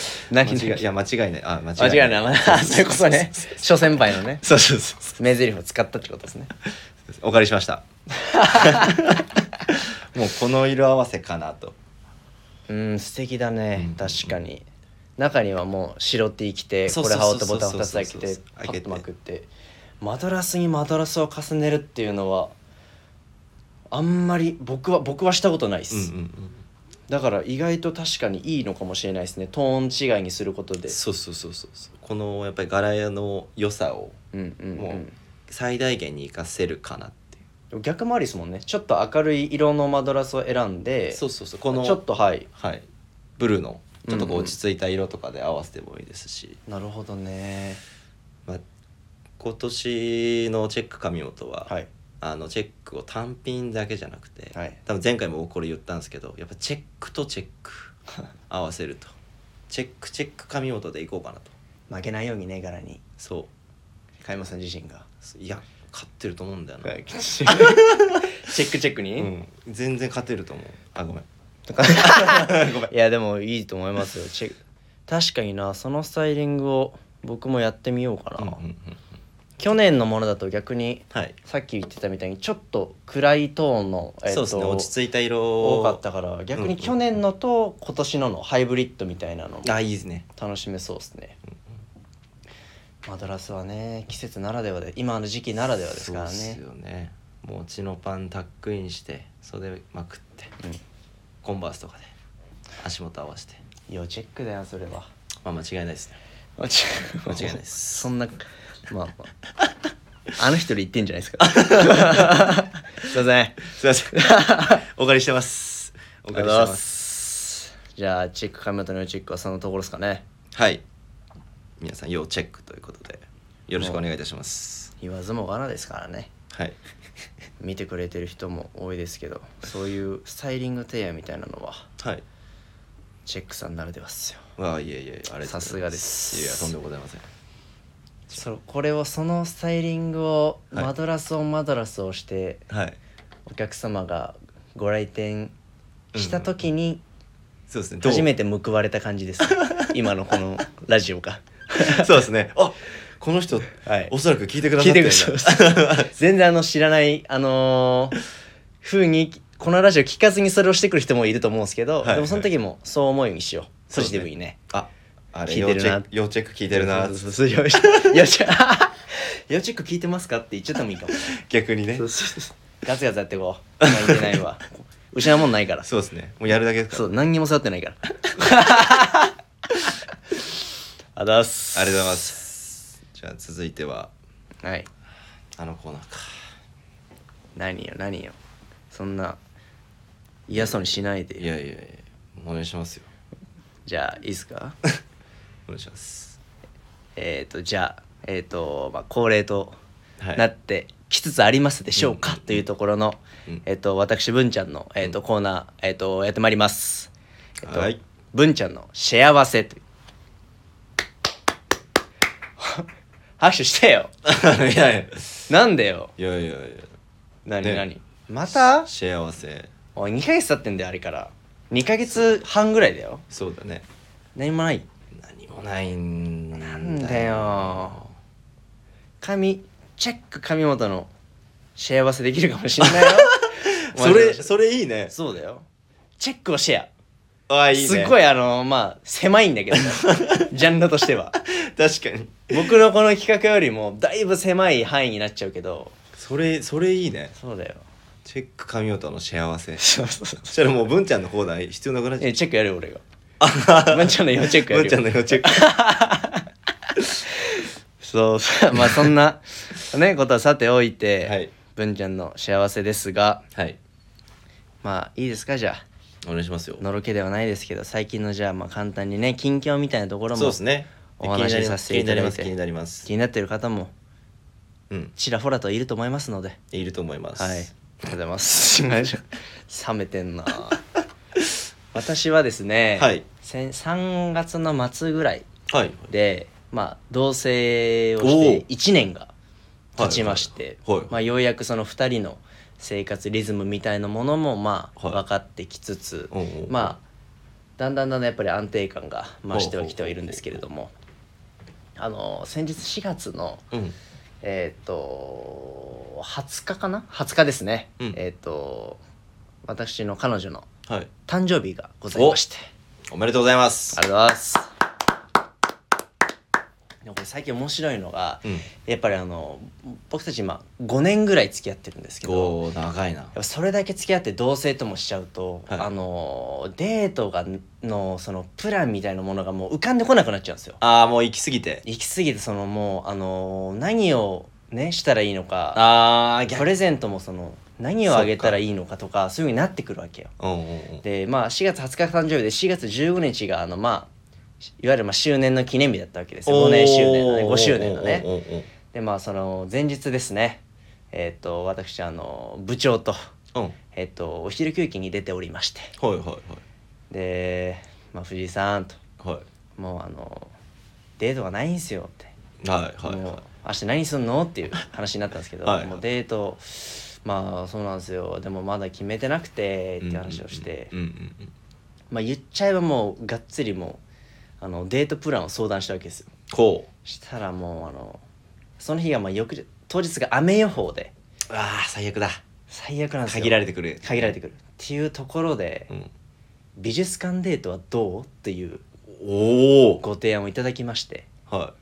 S2: 間
S3: 何
S2: 違いい
S3: 何
S2: や間違いないあ間
S3: 間
S2: 違い
S3: 違
S2: ない
S3: いないそれ
S2: [LAUGHS]
S3: こそね諸先輩のね
S2: そうそうそうそ
S3: 名台詞を使ったってことですね
S2: うお借りしました
S3: [LAUGHS]
S2: もうこの色合わせかなと
S3: うん素敵だ
S2: うんうんう
S3: ね
S2: ん
S3: 確かに中にはもう白 T 着て
S2: そう
S3: こ
S2: そう
S3: れ
S2: そう
S3: 羽織っ
S2: そ
S3: て
S2: う
S3: ボタン2つ開けてパ
S2: 開けて
S3: ッとまくってマドラスにマドラスを重ねるっていうのはあんまり僕は僕はしたことないです、
S2: うんうん
S3: だから意外と確かにいいのかもしれないですねトーン違いにすること
S2: う
S3: で
S2: んそうそうそうそうそうこのやっぱり柄の良さを
S3: うんうん、
S2: も
S3: うん
S2: 最大限に活かせるかなっていう
S3: でも逆もありですもんねちょっと明るい色のマドラスを選んで
S2: そうそうそうこの
S3: ちょっとはい
S2: はいブルーのちょっとこう
S3: うんうん
S2: 落ち着いた色とかで合わせてもいいですし、
S3: なるほどね
S2: まあ、今年のチェック神本は、
S3: はい
S2: あのチェックを単品だけじゃなくて、
S3: はい
S2: 多分前回も僕これ言ったんですけどやっぱチェックとチェック [LAUGHS] 合わせるとチェックチェック神本でいこうかなと
S3: 負けないようにね柄に
S2: そう
S3: 加山さん自身が
S2: そういや勝ってると思うんだよな、
S3: [LAUGHS] チェックチェックに、
S2: うん、全然勝てると思うあごめん
S3: とかいやでもいいと思いますよチェック確かになそのスタイリングを僕もやってみようかな、
S2: うんうんうんうん
S3: 去年のものだと逆に
S2: はい
S3: さっき言ってたみたいにちょっと暗いトーンの、え
S2: そ
S3: っ
S2: う
S3: と
S2: ですね落ち着いた色を
S3: 多かったから逆に去年のと今年ののハイブリッドみたいなのも
S2: あいいですね
S3: 楽しめそうですね、マドラスはね季節ならではで今の時期ならではですから
S2: そうっす
S3: ね
S2: よねもうチノパンタックインして袖まくって
S3: うん
S2: コンバースとかで足元合わせて
S3: 要チェックだよそれは
S2: まあ間違いないですね
S3: 間違
S2: 間違いないです
S3: そんなまあまああの人で言ってんじゃないです [LAUGHS] かすいません
S2: すいませんお借りしてますお
S3: お
S2: 借り
S3: 疲れ
S2: して
S3: 様
S2: ま
S3: ですすじゃあチェックカメラのチェックはそのところですかね
S2: はい皆さん要チェックということでよろしくお願いいたします
S3: 言わずもがなですからね
S2: はい
S3: 見てくれてる人も多いですけどそういうスタイリング提案みたいなのは
S2: はい
S3: チェックさんならではっすよ
S2: わあいえいえあれ
S3: さすがです
S2: いやとんでもございません
S3: そこれをそのスタイリングを
S2: はい
S3: マドラスをマドラスをして
S2: はい
S3: お客様がご来店した時に
S2: そうですね
S3: 初め
S2: て
S3: て報われた感じです、 [LAUGHS] 今のこのラジオが
S2: [LAUGHS] そうですねあこの人、
S3: はい
S2: おそらく聞いてくださってるんだ
S3: 聞いてくだ全然あの知らないあのー、風にこのラジオ聞かずにそれをしてくる人もいると思うんですけど、
S2: はい
S3: でもその時もそう思うようにしよう
S2: そ
S3: ポ
S2: うです
S3: ジテ
S2: ね
S3: ィブにね
S2: あ [LAUGHS] あれ
S3: 聞い
S2: 要
S3: て
S2: チ
S3: る
S2: ェ
S3: な
S2: ック要チェック聞いてるな
S3: そうそうそうよし [LAUGHS] よしよしく聞いてますかって言っちゃってもいいかも
S2: 逆にね
S3: ガツガツやってこう今言ってないわ失うもんないから
S2: そうですねもうやるだけですから
S3: そう何にも触ってないから
S2: [LAUGHS]
S3: あだす
S2: ありがとうございますじゃあ続いては
S3: はい
S2: あのコーナーか
S3: 何よ何よそんな嫌そうにしないで
S2: いやいやいやお願いしますよ
S3: じゃあいいですか [LAUGHS]
S2: お願いします
S3: えっとじゃあえっ、と、まあ、恒例と
S2: はい
S3: なってきつつありますでしょう
S2: う
S3: か、
S2: んうんうん
S3: というところの、
S2: うん
S3: えっと私文ちゃんの、えっと
S2: うん
S3: コーナー、えっとやってまいります、えっと
S2: はい
S3: 文ちゃんの「幸せ」という [LAUGHS] 拍手してよ
S2: [LAUGHS] いやいや
S3: なんでよ
S2: いやいやい
S3: 何
S2: ね
S3: 何、ま
S2: や
S3: た
S2: 幸せ
S3: おい2ヶ月経ってんだよあれから2ヶ月半ぐらいだよ
S2: そうだね
S3: 何もない
S2: 何もないんだよ
S3: なんだよ神チェック神本の幸せできるかもしれないよ
S2: [LAUGHS] それそれいいね
S3: そうだよチェックをシェア
S2: あいいね
S3: すっご
S2: い
S3: いあのまあ狭いん
S2: [LAUGHS]
S3: だけどジャンルとしては
S2: 確かに
S3: 僕のこの企画よりもだいぶ狭い範囲になっちゃうけど
S2: それそれいいね
S3: そうだよ
S2: チェック神音の幸せそ
S3: そうそうそう
S2: したらもう文ちゃんのコーナー必要なくなっちゃ
S3: え
S2: う
S3: チェックやるよ俺が文ちゃんの要チェックやる
S2: 文
S3: よ
S2: ちゃんの要チェック
S3: [LAUGHS] そうそう [LAUGHS] まあそんなねことはさておいて、
S2: はい
S3: 文ちゃんの幸せですが
S2: はい
S3: まあいいですかじゃあ
S2: お願いしますよ
S3: のろけではないですけど最近のじゃあまあ簡単にね近況みたいなところも
S2: そうですね
S3: お話しさせていただいて
S2: 気になります
S3: 気
S2: 気になり
S3: になってる方も
S2: ますうん
S3: ちらほらといると思いますので
S2: いると思います
S3: はいありがとうございます冷めて [LAUGHS] んな私はですね、
S2: はい
S3: 先3月の末ぐらい
S2: はい
S3: でまあ同棲をして1年が経ちまして、
S2: はいはいはい
S3: まあ、ようやくその2人の生活リズムみたいなものもまあ
S2: はい
S3: 分かってきつつ、
S2: おうおう
S3: まあだんだんだんだんやっぱり安定感が増してはきてはいるんですけれどもあの先日4月の
S2: うん
S3: えーっ、と20日かな20日ですね、
S2: うん
S3: えーっ、と私の彼女の
S2: はい
S3: 誕生日がございまして
S2: おめでとうございます
S3: ありがとうございますでもこれ最近面白いのが、
S2: うん
S3: やっぱりあの僕たち今5年ぐらい付き合ってるんですけど
S2: おー長いな
S3: やっぱそれだけ付き合って同棲ともしちゃうと、
S2: はい
S3: あのデートがのそのプランみたいなものがもう浮かんでこなくなっちゃうんですよ。
S2: ああもう行き過ぎて
S3: 行き過ぎてそのもうあの何をねしたらいいのか
S2: ああ
S3: プレゼントもその何をあげたらいいのかとかそういうふうになってくるわけよ。
S2: うんうんうん
S3: でまあ4月20日誕生日で4月15日があのまあいわゆるまあ周年の記念日だったわけですよ5年周年のね5周年のね
S2: おーおーおー
S3: でまあその前日ですねえっ、と私あの部長と
S2: おーうん
S3: えっ、とお昼休憩に出ておりまして
S2: はいはい
S3: で、まあ、藤井さんと
S2: はいは
S3: もうあのデートがないんすよって、
S2: いはいはい
S3: も
S2: は
S3: う明日何すんのっていう話になったんですけど
S2: はいはい
S3: もうデートまあそうなんですよでもまだ決めてなくて
S2: い
S3: って話をして、
S2: うんうんうん
S3: まあ言っちゃえばもうがっつりもうあのデートプランを相談したわけですよ
S2: こ
S3: したらもうあのその日がまあ翌日当日が雨予報で
S2: うああ最悪だ
S3: 最悪なんですよ
S2: 限られてくる
S3: 限られてくるっていうところで、
S2: うん
S3: 美術館デートはどうっていう
S2: おお
S3: ご提案をいただきまして
S2: は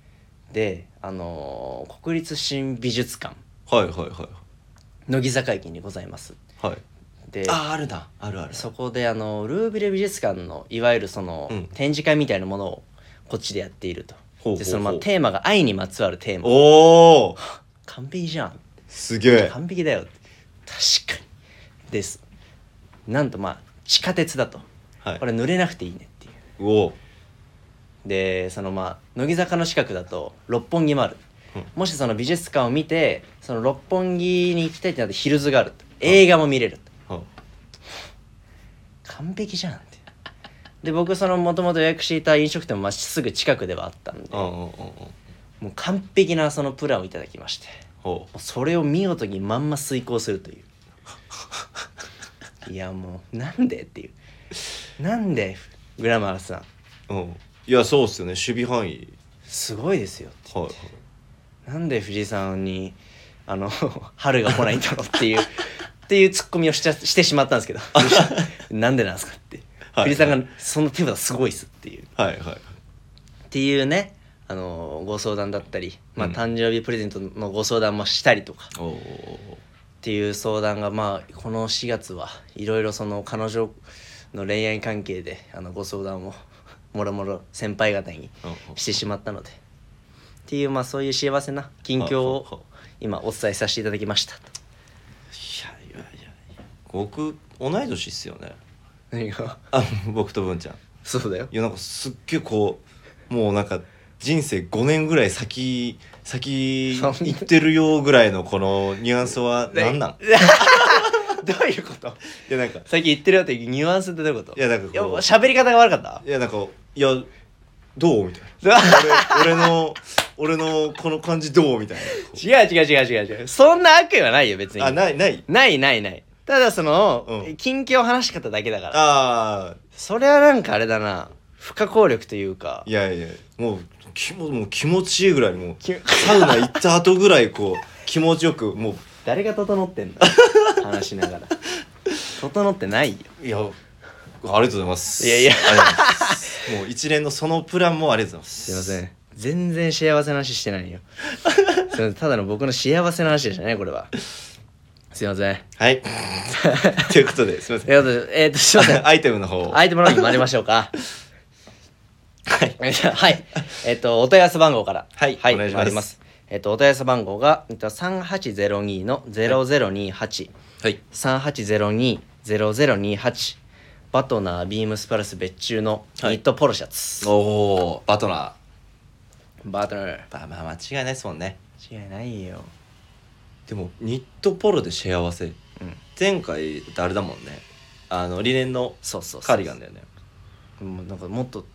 S3: であのー国立新美術館
S2: いはいはいは
S3: 乃木坂駅にございます
S2: いはい
S3: で
S2: あああるなあるある
S3: そこであのルービレ美術館のいわゆるその、
S2: うん
S3: 展示会みたいなものをこっちでやっていると
S2: ほうほうほう
S3: でそのまあテーマが愛にまつわるテーマ
S2: おお
S3: [LAUGHS] 完璧じゃん
S2: すげえ
S3: 完璧だよって確かにですなんとまあ地下鉄だと
S2: はい
S3: これ濡れなくていいねっていう
S2: うおー
S3: でそのまあ乃木坂の近くだと六本木もある、
S2: うん
S3: もしその美術館を見てその六本木に行きたいってなってヒルズがあると映画も見れると
S2: は
S3: 完璧じゃんってで僕そのもともと予約していた飲食店もまあすぐ近くではあったんで
S2: うんうんうんうん
S3: もう完璧なそのプランをいただきまして
S2: ほ
S3: もうそれを見事にまんま遂行するといういやもうなんでっていうなんでグラマラさん
S2: ううんいやそうっすよね守備範囲
S3: すごいですよって
S2: はいはい
S3: なんで藤井さんにあの [LAUGHS] 春が来ないんだろう
S2: [LAUGHS]
S3: っていうっていうツッコミをしちゃしてしまったんですけどなんでなんですかって、
S2: はい
S3: 藤井さんがその手札すごいっすっていうっ
S2: はいはい
S3: ていうねあのご相談だったり、まあ、
S2: うん
S3: 誕生日プレゼントのご相談もしたりとか、
S2: おお
S3: っていう相談がまあこの4月はいろいろその彼女の恋愛関係であのご相談をもろもろ先輩方にしてしまったのでっていうまあそういう幸せな近況
S2: ははは
S3: を今お伝えさせていただきましたと
S2: いやいやいやいや僕同い年っすよね
S3: 何が
S2: あ僕と文ちゃん
S3: そうだよ
S2: いやなんかすっげえこうもうなんか人生5年ぐらい先先
S3: そんな
S2: 行ってるよぐらいのこのニュアンスは何
S3: [LAUGHS]
S2: なん
S3: どういうこと
S2: いやなんか
S3: 最近言ってるよってニュアンスってどういうこと
S2: いやなんかこう
S3: いや喋り方が悪かった
S2: いやなんかいやどうみたいな俺俺の俺のこの感じどうみたいなこ
S3: 違う違う違う違う違うそんな悪意はないよ別
S2: う
S3: に
S2: あないない
S3: ないないないただその、
S2: うん
S3: 近況話し方だけだから
S2: あ
S3: それはなんかあれだな不可抗力というか
S2: ーいやいやもうきももう気持ちいいぐらいもう
S3: き
S2: サウナ行った後ぐらいこう気持ちよくも
S3: 誰が整って [LAUGHS] んだ話しながら整ってないよ
S2: ういやありがとうございます
S3: いやいや
S2: ありがとうございますもう一連のそのプランもありがとうございます
S3: すいません全然幸せな話してないよすいませんただの僕の幸せな話でしたねこれはすいません
S2: はい。
S3: [LAUGHS]
S2: ということで、すみま
S3: ということでえっ、とすいま
S2: せ
S3: せ
S2: ん。
S3: ん
S2: アイテムの方を。
S3: 相手もらうに参りましょうか
S2: はい。
S3: はいえっ、とお問い合わせ番号から
S2: はい
S3: はい
S2: お願いします
S3: 参りますえっ、とお問い合わせ番号が、えっと、3802の0028、
S2: はい。
S3: 3802-0028バトナービームスプラス別注のニ
S2: はい
S3: ットポロシャツ、
S2: おお、バトナ
S3: バトナー
S2: ー。まあまあ間違いないですもんね。
S3: 間違いないよ
S2: でも、ニットポロで幸せ。
S3: うん
S2: 前回ってあれだもんね。あの、リネンの
S3: そうそうそう
S2: カーディガンだよね。
S3: もうなんかもっと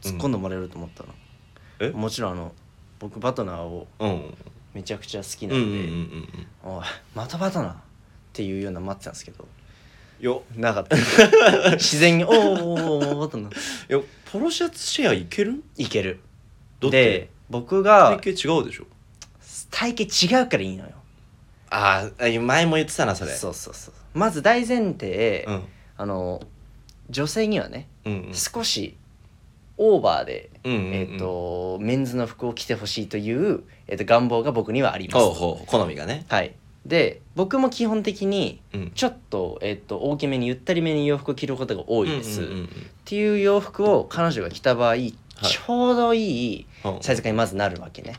S3: 突っ込んでもらえると思ったの、
S2: え
S3: もちろんあの僕バトナーを
S2: うん。
S3: めちゃくちゃ好き
S2: うん
S3: な
S2: うんうん
S3: んで、
S2: うん
S3: おいまたバトナーっていうようなの待ってたんですけど
S2: うん。よ、
S3: なかった自然に「おーおーおーおーバトナー
S2: よ、ポロシャツシェアいける
S3: いける」
S2: だって
S3: で僕
S2: 体
S3: が
S2: 型違うでしょ。
S3: 体型違うからいいのよ
S2: ああ、前も言ってたな、それ。
S3: そうそうそうまず大前提、
S2: うん。
S3: あの女性にはね、
S2: うんうん。
S3: 少しオーバーで、
S2: うんうんうん
S3: えっ、とメンズの服を着てほしいという、えっと願望が僕にはあります
S2: ほうほう、好みがね。
S3: はいで僕も基本的に
S2: うん。
S3: ちょっと,、えっと大きめにゆったりめに洋服を着ることが多いです、
S2: うんうんうん
S3: っていう洋服を彼女が着た場合、ちょうどいい
S2: うんうん
S3: サイズ感にまずなるわけね、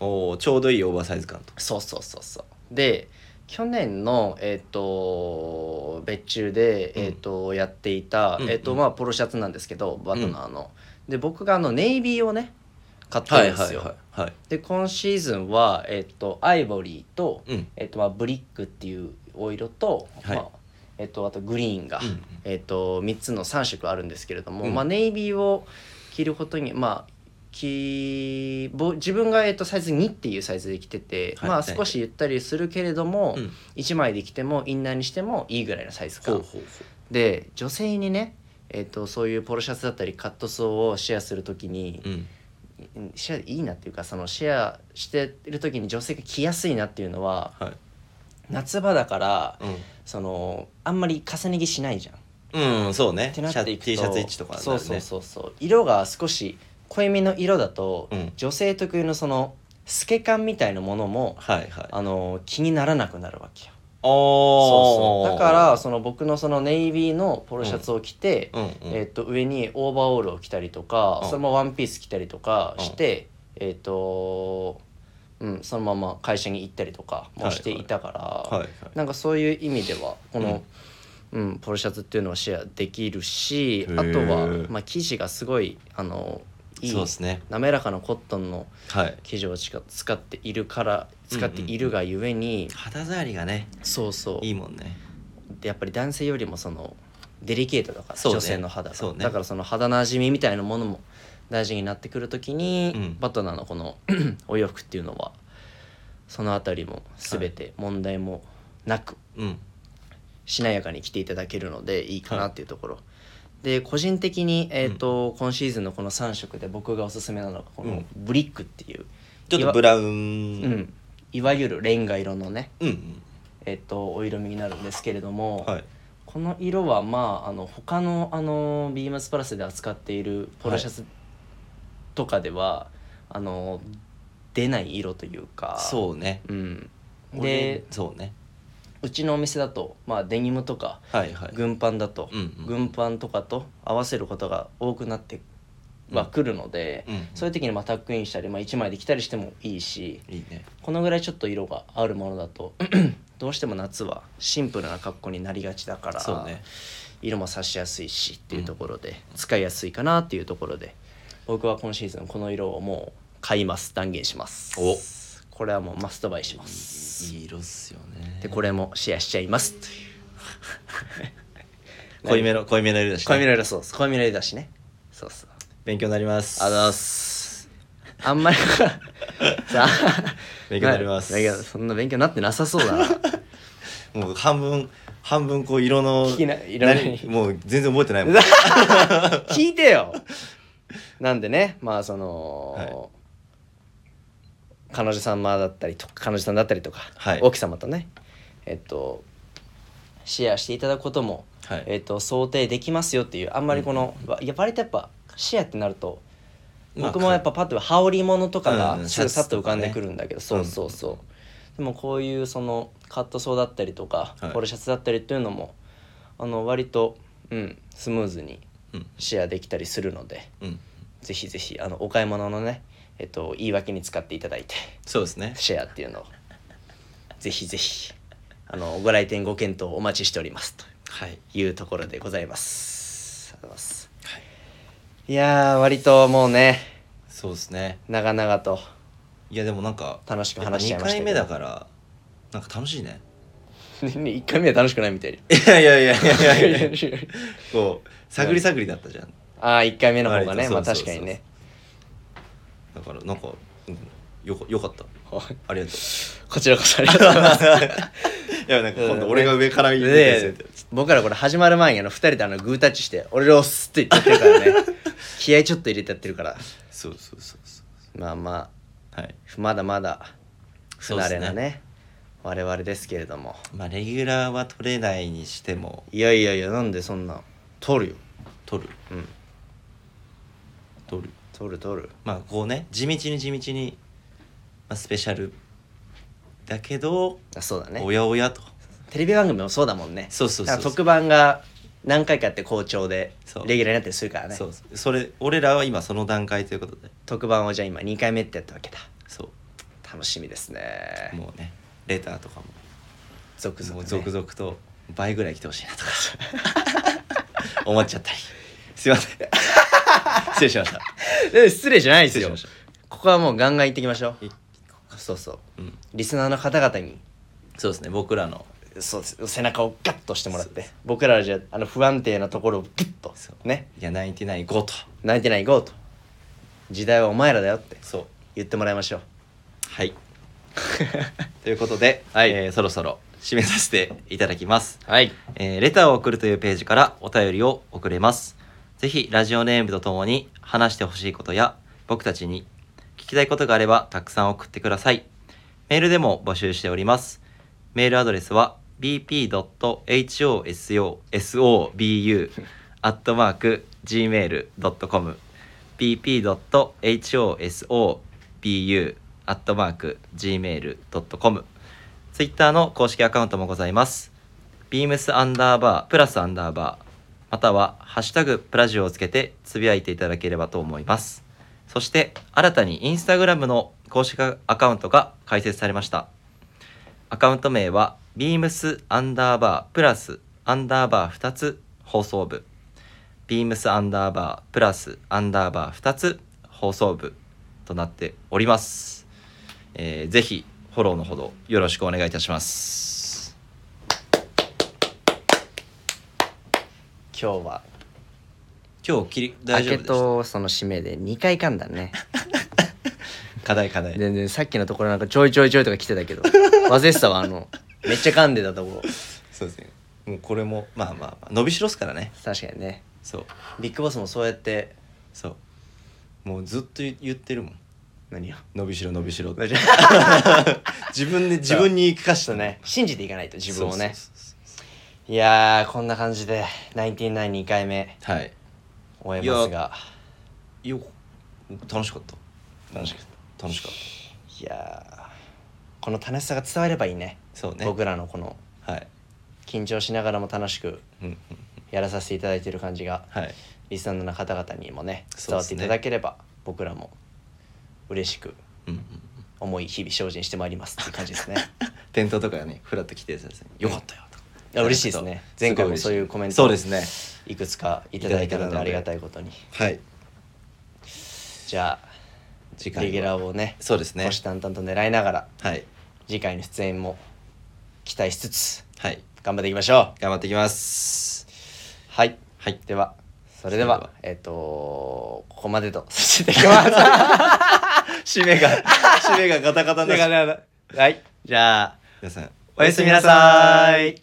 S2: おお、ちょうどいいオーバーサイズ感と。
S3: そうそうそうそうで去年のえっ、と別注で、
S2: うん
S3: えっとやっていた、
S2: うん
S3: えっとまあ、ポロシャツなんですけどバトナーの、で僕があのネイビーをね買ったんですよ、
S2: いはい。
S3: で今シーズンは、えっとアイボリーと,、
S2: うん。
S3: えっとまあ、ブリックっていうお色と、
S2: はい
S3: まあえっとあとグリーンが、
S2: うんうん
S3: えっと3つの3色あるんですけれども、
S2: うん
S3: まあ、ネイビーを着ることにまあきぼ自分が、えっとサイズ2っていうサイズで着てて、
S2: はい
S3: ま
S2: は
S3: あ、
S2: い
S3: 少しゆったりするけれども、
S2: うん
S3: 一1枚で着てもインナーにしてもいいぐらいのサイズ
S2: ほう
S3: 感
S2: ほうほう。
S3: で女性にね、えっとそういうポロシャツだったりカットソーをシェアするときに、
S2: うん。
S3: シェアいいなっていうかそのシェアしてる時に女性が着やすいなっていうのは
S2: はい。
S3: 夏場だから
S2: うん。
S3: そのあんまり重ね着しないじゃん。っ
S2: うん、そうね。
S3: てなっていくと
S2: T シャツ一とかになる
S3: そう
S2: ね。
S3: そうそうそう色が少し濃いめの色だと、
S2: うん
S3: 女性特有のその透け感みたいなものも
S2: はいはい。
S3: あの気にならなくなるわけよ。
S2: お
S3: そうそうだからその僕のそのネイビーのポロシャツを着て、
S2: ら、うんうん。
S3: えっと上にオーバーオールを着たりとか、
S2: うん
S3: そのままワンピース着たりとかして、えっ、と、うん、そのまま会社に行ったりとかもしていたか
S2: は
S3: ら、
S2: いはい。
S3: なんかそういう意味ではこの、うんポロシャツっていうのはシェアできるし
S2: へ
S3: あと
S2: ー
S3: は、まあ、生地がすごいあのいい
S2: そうですね。
S3: 滑らかなコットンの
S2: はい。
S3: 生地を使使っているから
S2: うん
S3: 使っているがゆえに、
S2: 肌触りがね、
S3: そうそう
S2: いいもんね。
S3: でやっぱり男性よりもそのデリケートだから、
S2: そうね
S3: 女性の肌が、
S2: そうね
S3: だからその肌なじみみたいなものも大事になってくるときに、
S2: うん
S3: バトナーの
S2: [CLEARS THROAT]
S3: このお洋服っていうのはそのあたりも全て問題もなく、
S2: うん。
S3: しなやかに着ていただけるのでいいかなっていうところ、で個人的に、えーと今シーズンのこの3色で僕がおすすめなのがこ
S2: う
S3: の
S2: ん
S3: ブリックっていう、
S2: ちょっ
S3: い
S2: と
S3: わ
S2: ブラウン。
S3: うんいわゆるレンガ色のね、
S2: うんうん。
S3: えー、とお色味になるんですけれども、
S2: はい。
S3: この色はまああの他のあのビームスプラスで扱っているポロシャツとかでは、あの出ない色というか
S2: そうね。
S3: う、ん、
S2: オレン
S3: で
S2: そうね。
S3: うちのお店だと、まあ、デニムとか
S2: はいはい。
S3: 軍パンだと、
S2: うんうん
S3: 軍パンとかと合わせることが多くなってはくるので、
S2: うん
S3: そういう時にまあタックインしたり、まあ、1枚で着たりしてもいいし
S2: いいね。
S3: このぐらいちょっと色があるものだと [CLEARS THROAT] どうしても夏はシンプルな格好になりがちだから
S2: そうね。
S3: 色も差しやすいしっていうところで、使いやすいかなっていうところで僕は今シーズンこの色をもう買います断言します
S2: お
S3: これはもうマストバイします
S2: いい色っすよね。
S3: でこれもシェアしちゃいますという
S2: 濃いめの、濃いめの色だし、ね。
S3: 濃いめの色そうです濃いめの色だしねそうそう
S2: 勉強になります。
S3: ありがとうございますあんまり [LAUGHS] さあ
S2: 勉強になります
S3: だけどそんな勉強になってなさそうだな
S2: もう半分半分こう色の
S3: 聞きな色の
S2: 何もう全然覚えて
S3: [LAUGHS]
S2: ないもん
S3: 聞いてよなんでねまあその、彼女様だったりとか彼女さんだったりとか、
S2: はい
S3: 奥様とねえっとシェアしていただくことも、
S2: はい
S3: えっと、想定できますよっていうあんまりこの、わいや割とやっぱシェアってなると
S2: まあ
S3: 僕もやっぱパッと羽織物とか
S2: うんう
S3: が
S2: ん
S3: すぐ
S2: シャ
S3: さっ
S2: ツ
S3: と
S2: と
S3: 浮
S2: か
S3: か
S2: ね
S3: んでくるんだけど、そうそうそう、でもこういうそのカットソーだったりとか、
S2: はい
S3: ポロシャツだったりっていうのもあの割と、うん、スムーズに
S2: うん
S3: シェアできたりするので、
S2: うん
S3: ぜひぜひあのお買い物のね、えっと、言い訳に使っていただいて [LAUGHS]
S2: そうですね
S3: シェアっていうのをぜひぜひあのご来店ご検討お待ちしておりますと
S2: はい
S3: いうところでございます。ありがとうございます
S2: はい
S3: いやー割ともうね
S2: そうですね
S3: 長々と [LAUGHS]
S2: いやでもなんか
S3: 楽しく話しちゃいました
S2: 2回
S3: けど
S2: 目だからなんか楽しいね
S3: 1回目は楽しくないみたいに。
S2: いやいやいやいやいやいや [LAUGHS] こう探り探りだったじゃん
S3: [LAUGHS] ああ1回目の方がね
S2: 割と
S3: まあ
S2: そうそ
S3: 確
S2: う
S3: かにね
S2: だからなんか、うん、よかよかった
S3: はい
S2: ありがとう
S3: こちらこそありがとうございま
S2: [LAUGHS]
S3: す
S2: いやなんか今度俺が上から見て
S3: ね僕らこれ始まる前にあの2人であのグータッチして「俺ら押す」って言ってやって
S2: [LAUGHS]
S3: るからね気合ちょっと入れてやってるから
S2: そうそうそうそう
S3: まあま
S2: はい
S3: あまだまだ不慣れ
S2: そう
S3: な
S2: っす
S3: ね我々ですけれども
S2: まあレギュラーは取れないにしても
S3: いやいやいやなんでそんな取るよ
S2: 取る
S3: うん
S2: 取る
S3: 取る取る
S2: まあこうね地道に地道に、まあ、スペシャルだけど、
S3: あそうだね
S2: おやおやと
S3: テレビ番組もそうだもんね
S2: そうそうそう
S3: だから特番が何回かやって好調で
S2: そう
S3: レギュラーになったりするからね
S2: そうそれ俺らは今その段階ということで
S3: 特番をじゃあ今2回目ってやったわけだ
S2: そ
S3: 楽しみですね
S2: うもうねレターとかも
S3: 続々、
S2: もう
S3: ね、
S2: 続々と倍ぐらい来てほしいなとか [LAUGHS] 思っちゃったりすいません [LAUGHS] 失礼しました
S3: え失礼じゃないですよ
S2: 失礼し
S3: ここはもうガンガン行ってきましょ
S2: い、
S3: うそうそう
S2: うん、
S3: リスナーの方々に
S2: そうですね僕らの
S3: そうです背中をガッと押してもらって僕らはじゃああの不安定なところをグッと
S2: そう
S3: ね
S2: いや99ゴと
S3: 泣いてない行こうと時代はお前らだよって
S2: そう
S3: 言ってもらいましょう
S2: はいということで、
S3: はい
S2: えーそろそろ締めさせていただきます
S3: はい
S2: えーレターを送るというページからお便りを送れます。ぜひラジオネームとともに話してほしいことや僕たちに聞きたいことがあればたくさん送ってください。メールでも募集しております。メールアドレスは bp.hosobu.gmail.com bp.hosobu.gmail.com ツイッターの公式アカウントもございます。ビームスアンダーバープラスアンダーバーまたは「ハッシュタグプラジオ」をつけてつぶやいていただければと思いますそして新たにインスタグラムの公式アカウントが開設されましたアカウント名はビームスアンダーバープラスアンダーバー2つ放送部ビームスアンダーバープラスアンダーバー2つ放送部となっております、えーぜひフォローのほどよろしくお願いいたします
S3: 今日は
S2: 今日切り
S3: 明
S2: 大丈夫
S3: け
S2: でした
S3: とその締めで2回噛んだね
S2: 課題課題
S3: 全然さっきのところなんかちょいちょいちょいとか来てたけど [LAUGHS] 忘れてたわあのめっちゃ噛んでたところ
S2: そうですねもうこれもまあまあ、まあ、伸びしろっすからね
S3: 確かにね
S2: そう
S3: ビッグボスもそうやって
S2: そうもうずっと言ってるもん
S3: 何を
S2: 伸びしろ伸びしろ
S3: [LAUGHS]
S2: って
S3: ちょ
S2: 自分で自分に言い聞かし
S3: っと
S2: た
S3: ね信じていかないと自分をね
S2: そうそうそう
S3: いやーこんな感じで992回目
S2: そうはい
S3: 終えますが
S2: よ楽しかった
S3: 楽しかった
S2: 楽しかっ
S3: いやーこの楽しさが伝わればいいね
S2: たそうね
S3: 僕らのこの
S2: はい
S3: 緊張しながらも楽しく
S2: うんうん
S3: やらさせていただいてる感じが
S2: はい
S3: リスナーの方々にもね伝
S2: そう
S3: わ
S2: っ
S3: っ
S2: す
S3: てい
S2: ね
S3: ただければ、僕らも嬉しく
S2: うんうん [LAUGHS]
S3: 重い日々精進してまいりますっていう感じですね
S2: 店頭とかねふらっと来てさよかったよとか
S3: いや嬉しいですね前回もそういうコメント
S2: そうですね
S3: いくつかいただいたの
S2: いただいたの
S3: で
S2: で
S3: ありがたいことに
S2: はい
S3: じゃあ
S2: 次回は
S3: レギュラーをね
S2: そうですね
S3: 虎視眈々と狙いながら
S2: はい
S3: 次回の出演も期待しつつ
S2: はい
S3: 頑張っていきましょう
S2: 頑張っていき
S3: [LAUGHS]
S2: ます
S3: はい
S2: はい
S3: ではそれで
S2: それ
S3: は
S2: では
S3: えっ、とここまでとさせていただきます
S2: [LAUGHS]
S3: [LAUGHS]
S2: 締めが締めがガタガタになっちゃう
S3: はいじゃあ
S2: 皆さん
S3: おやすみなさーい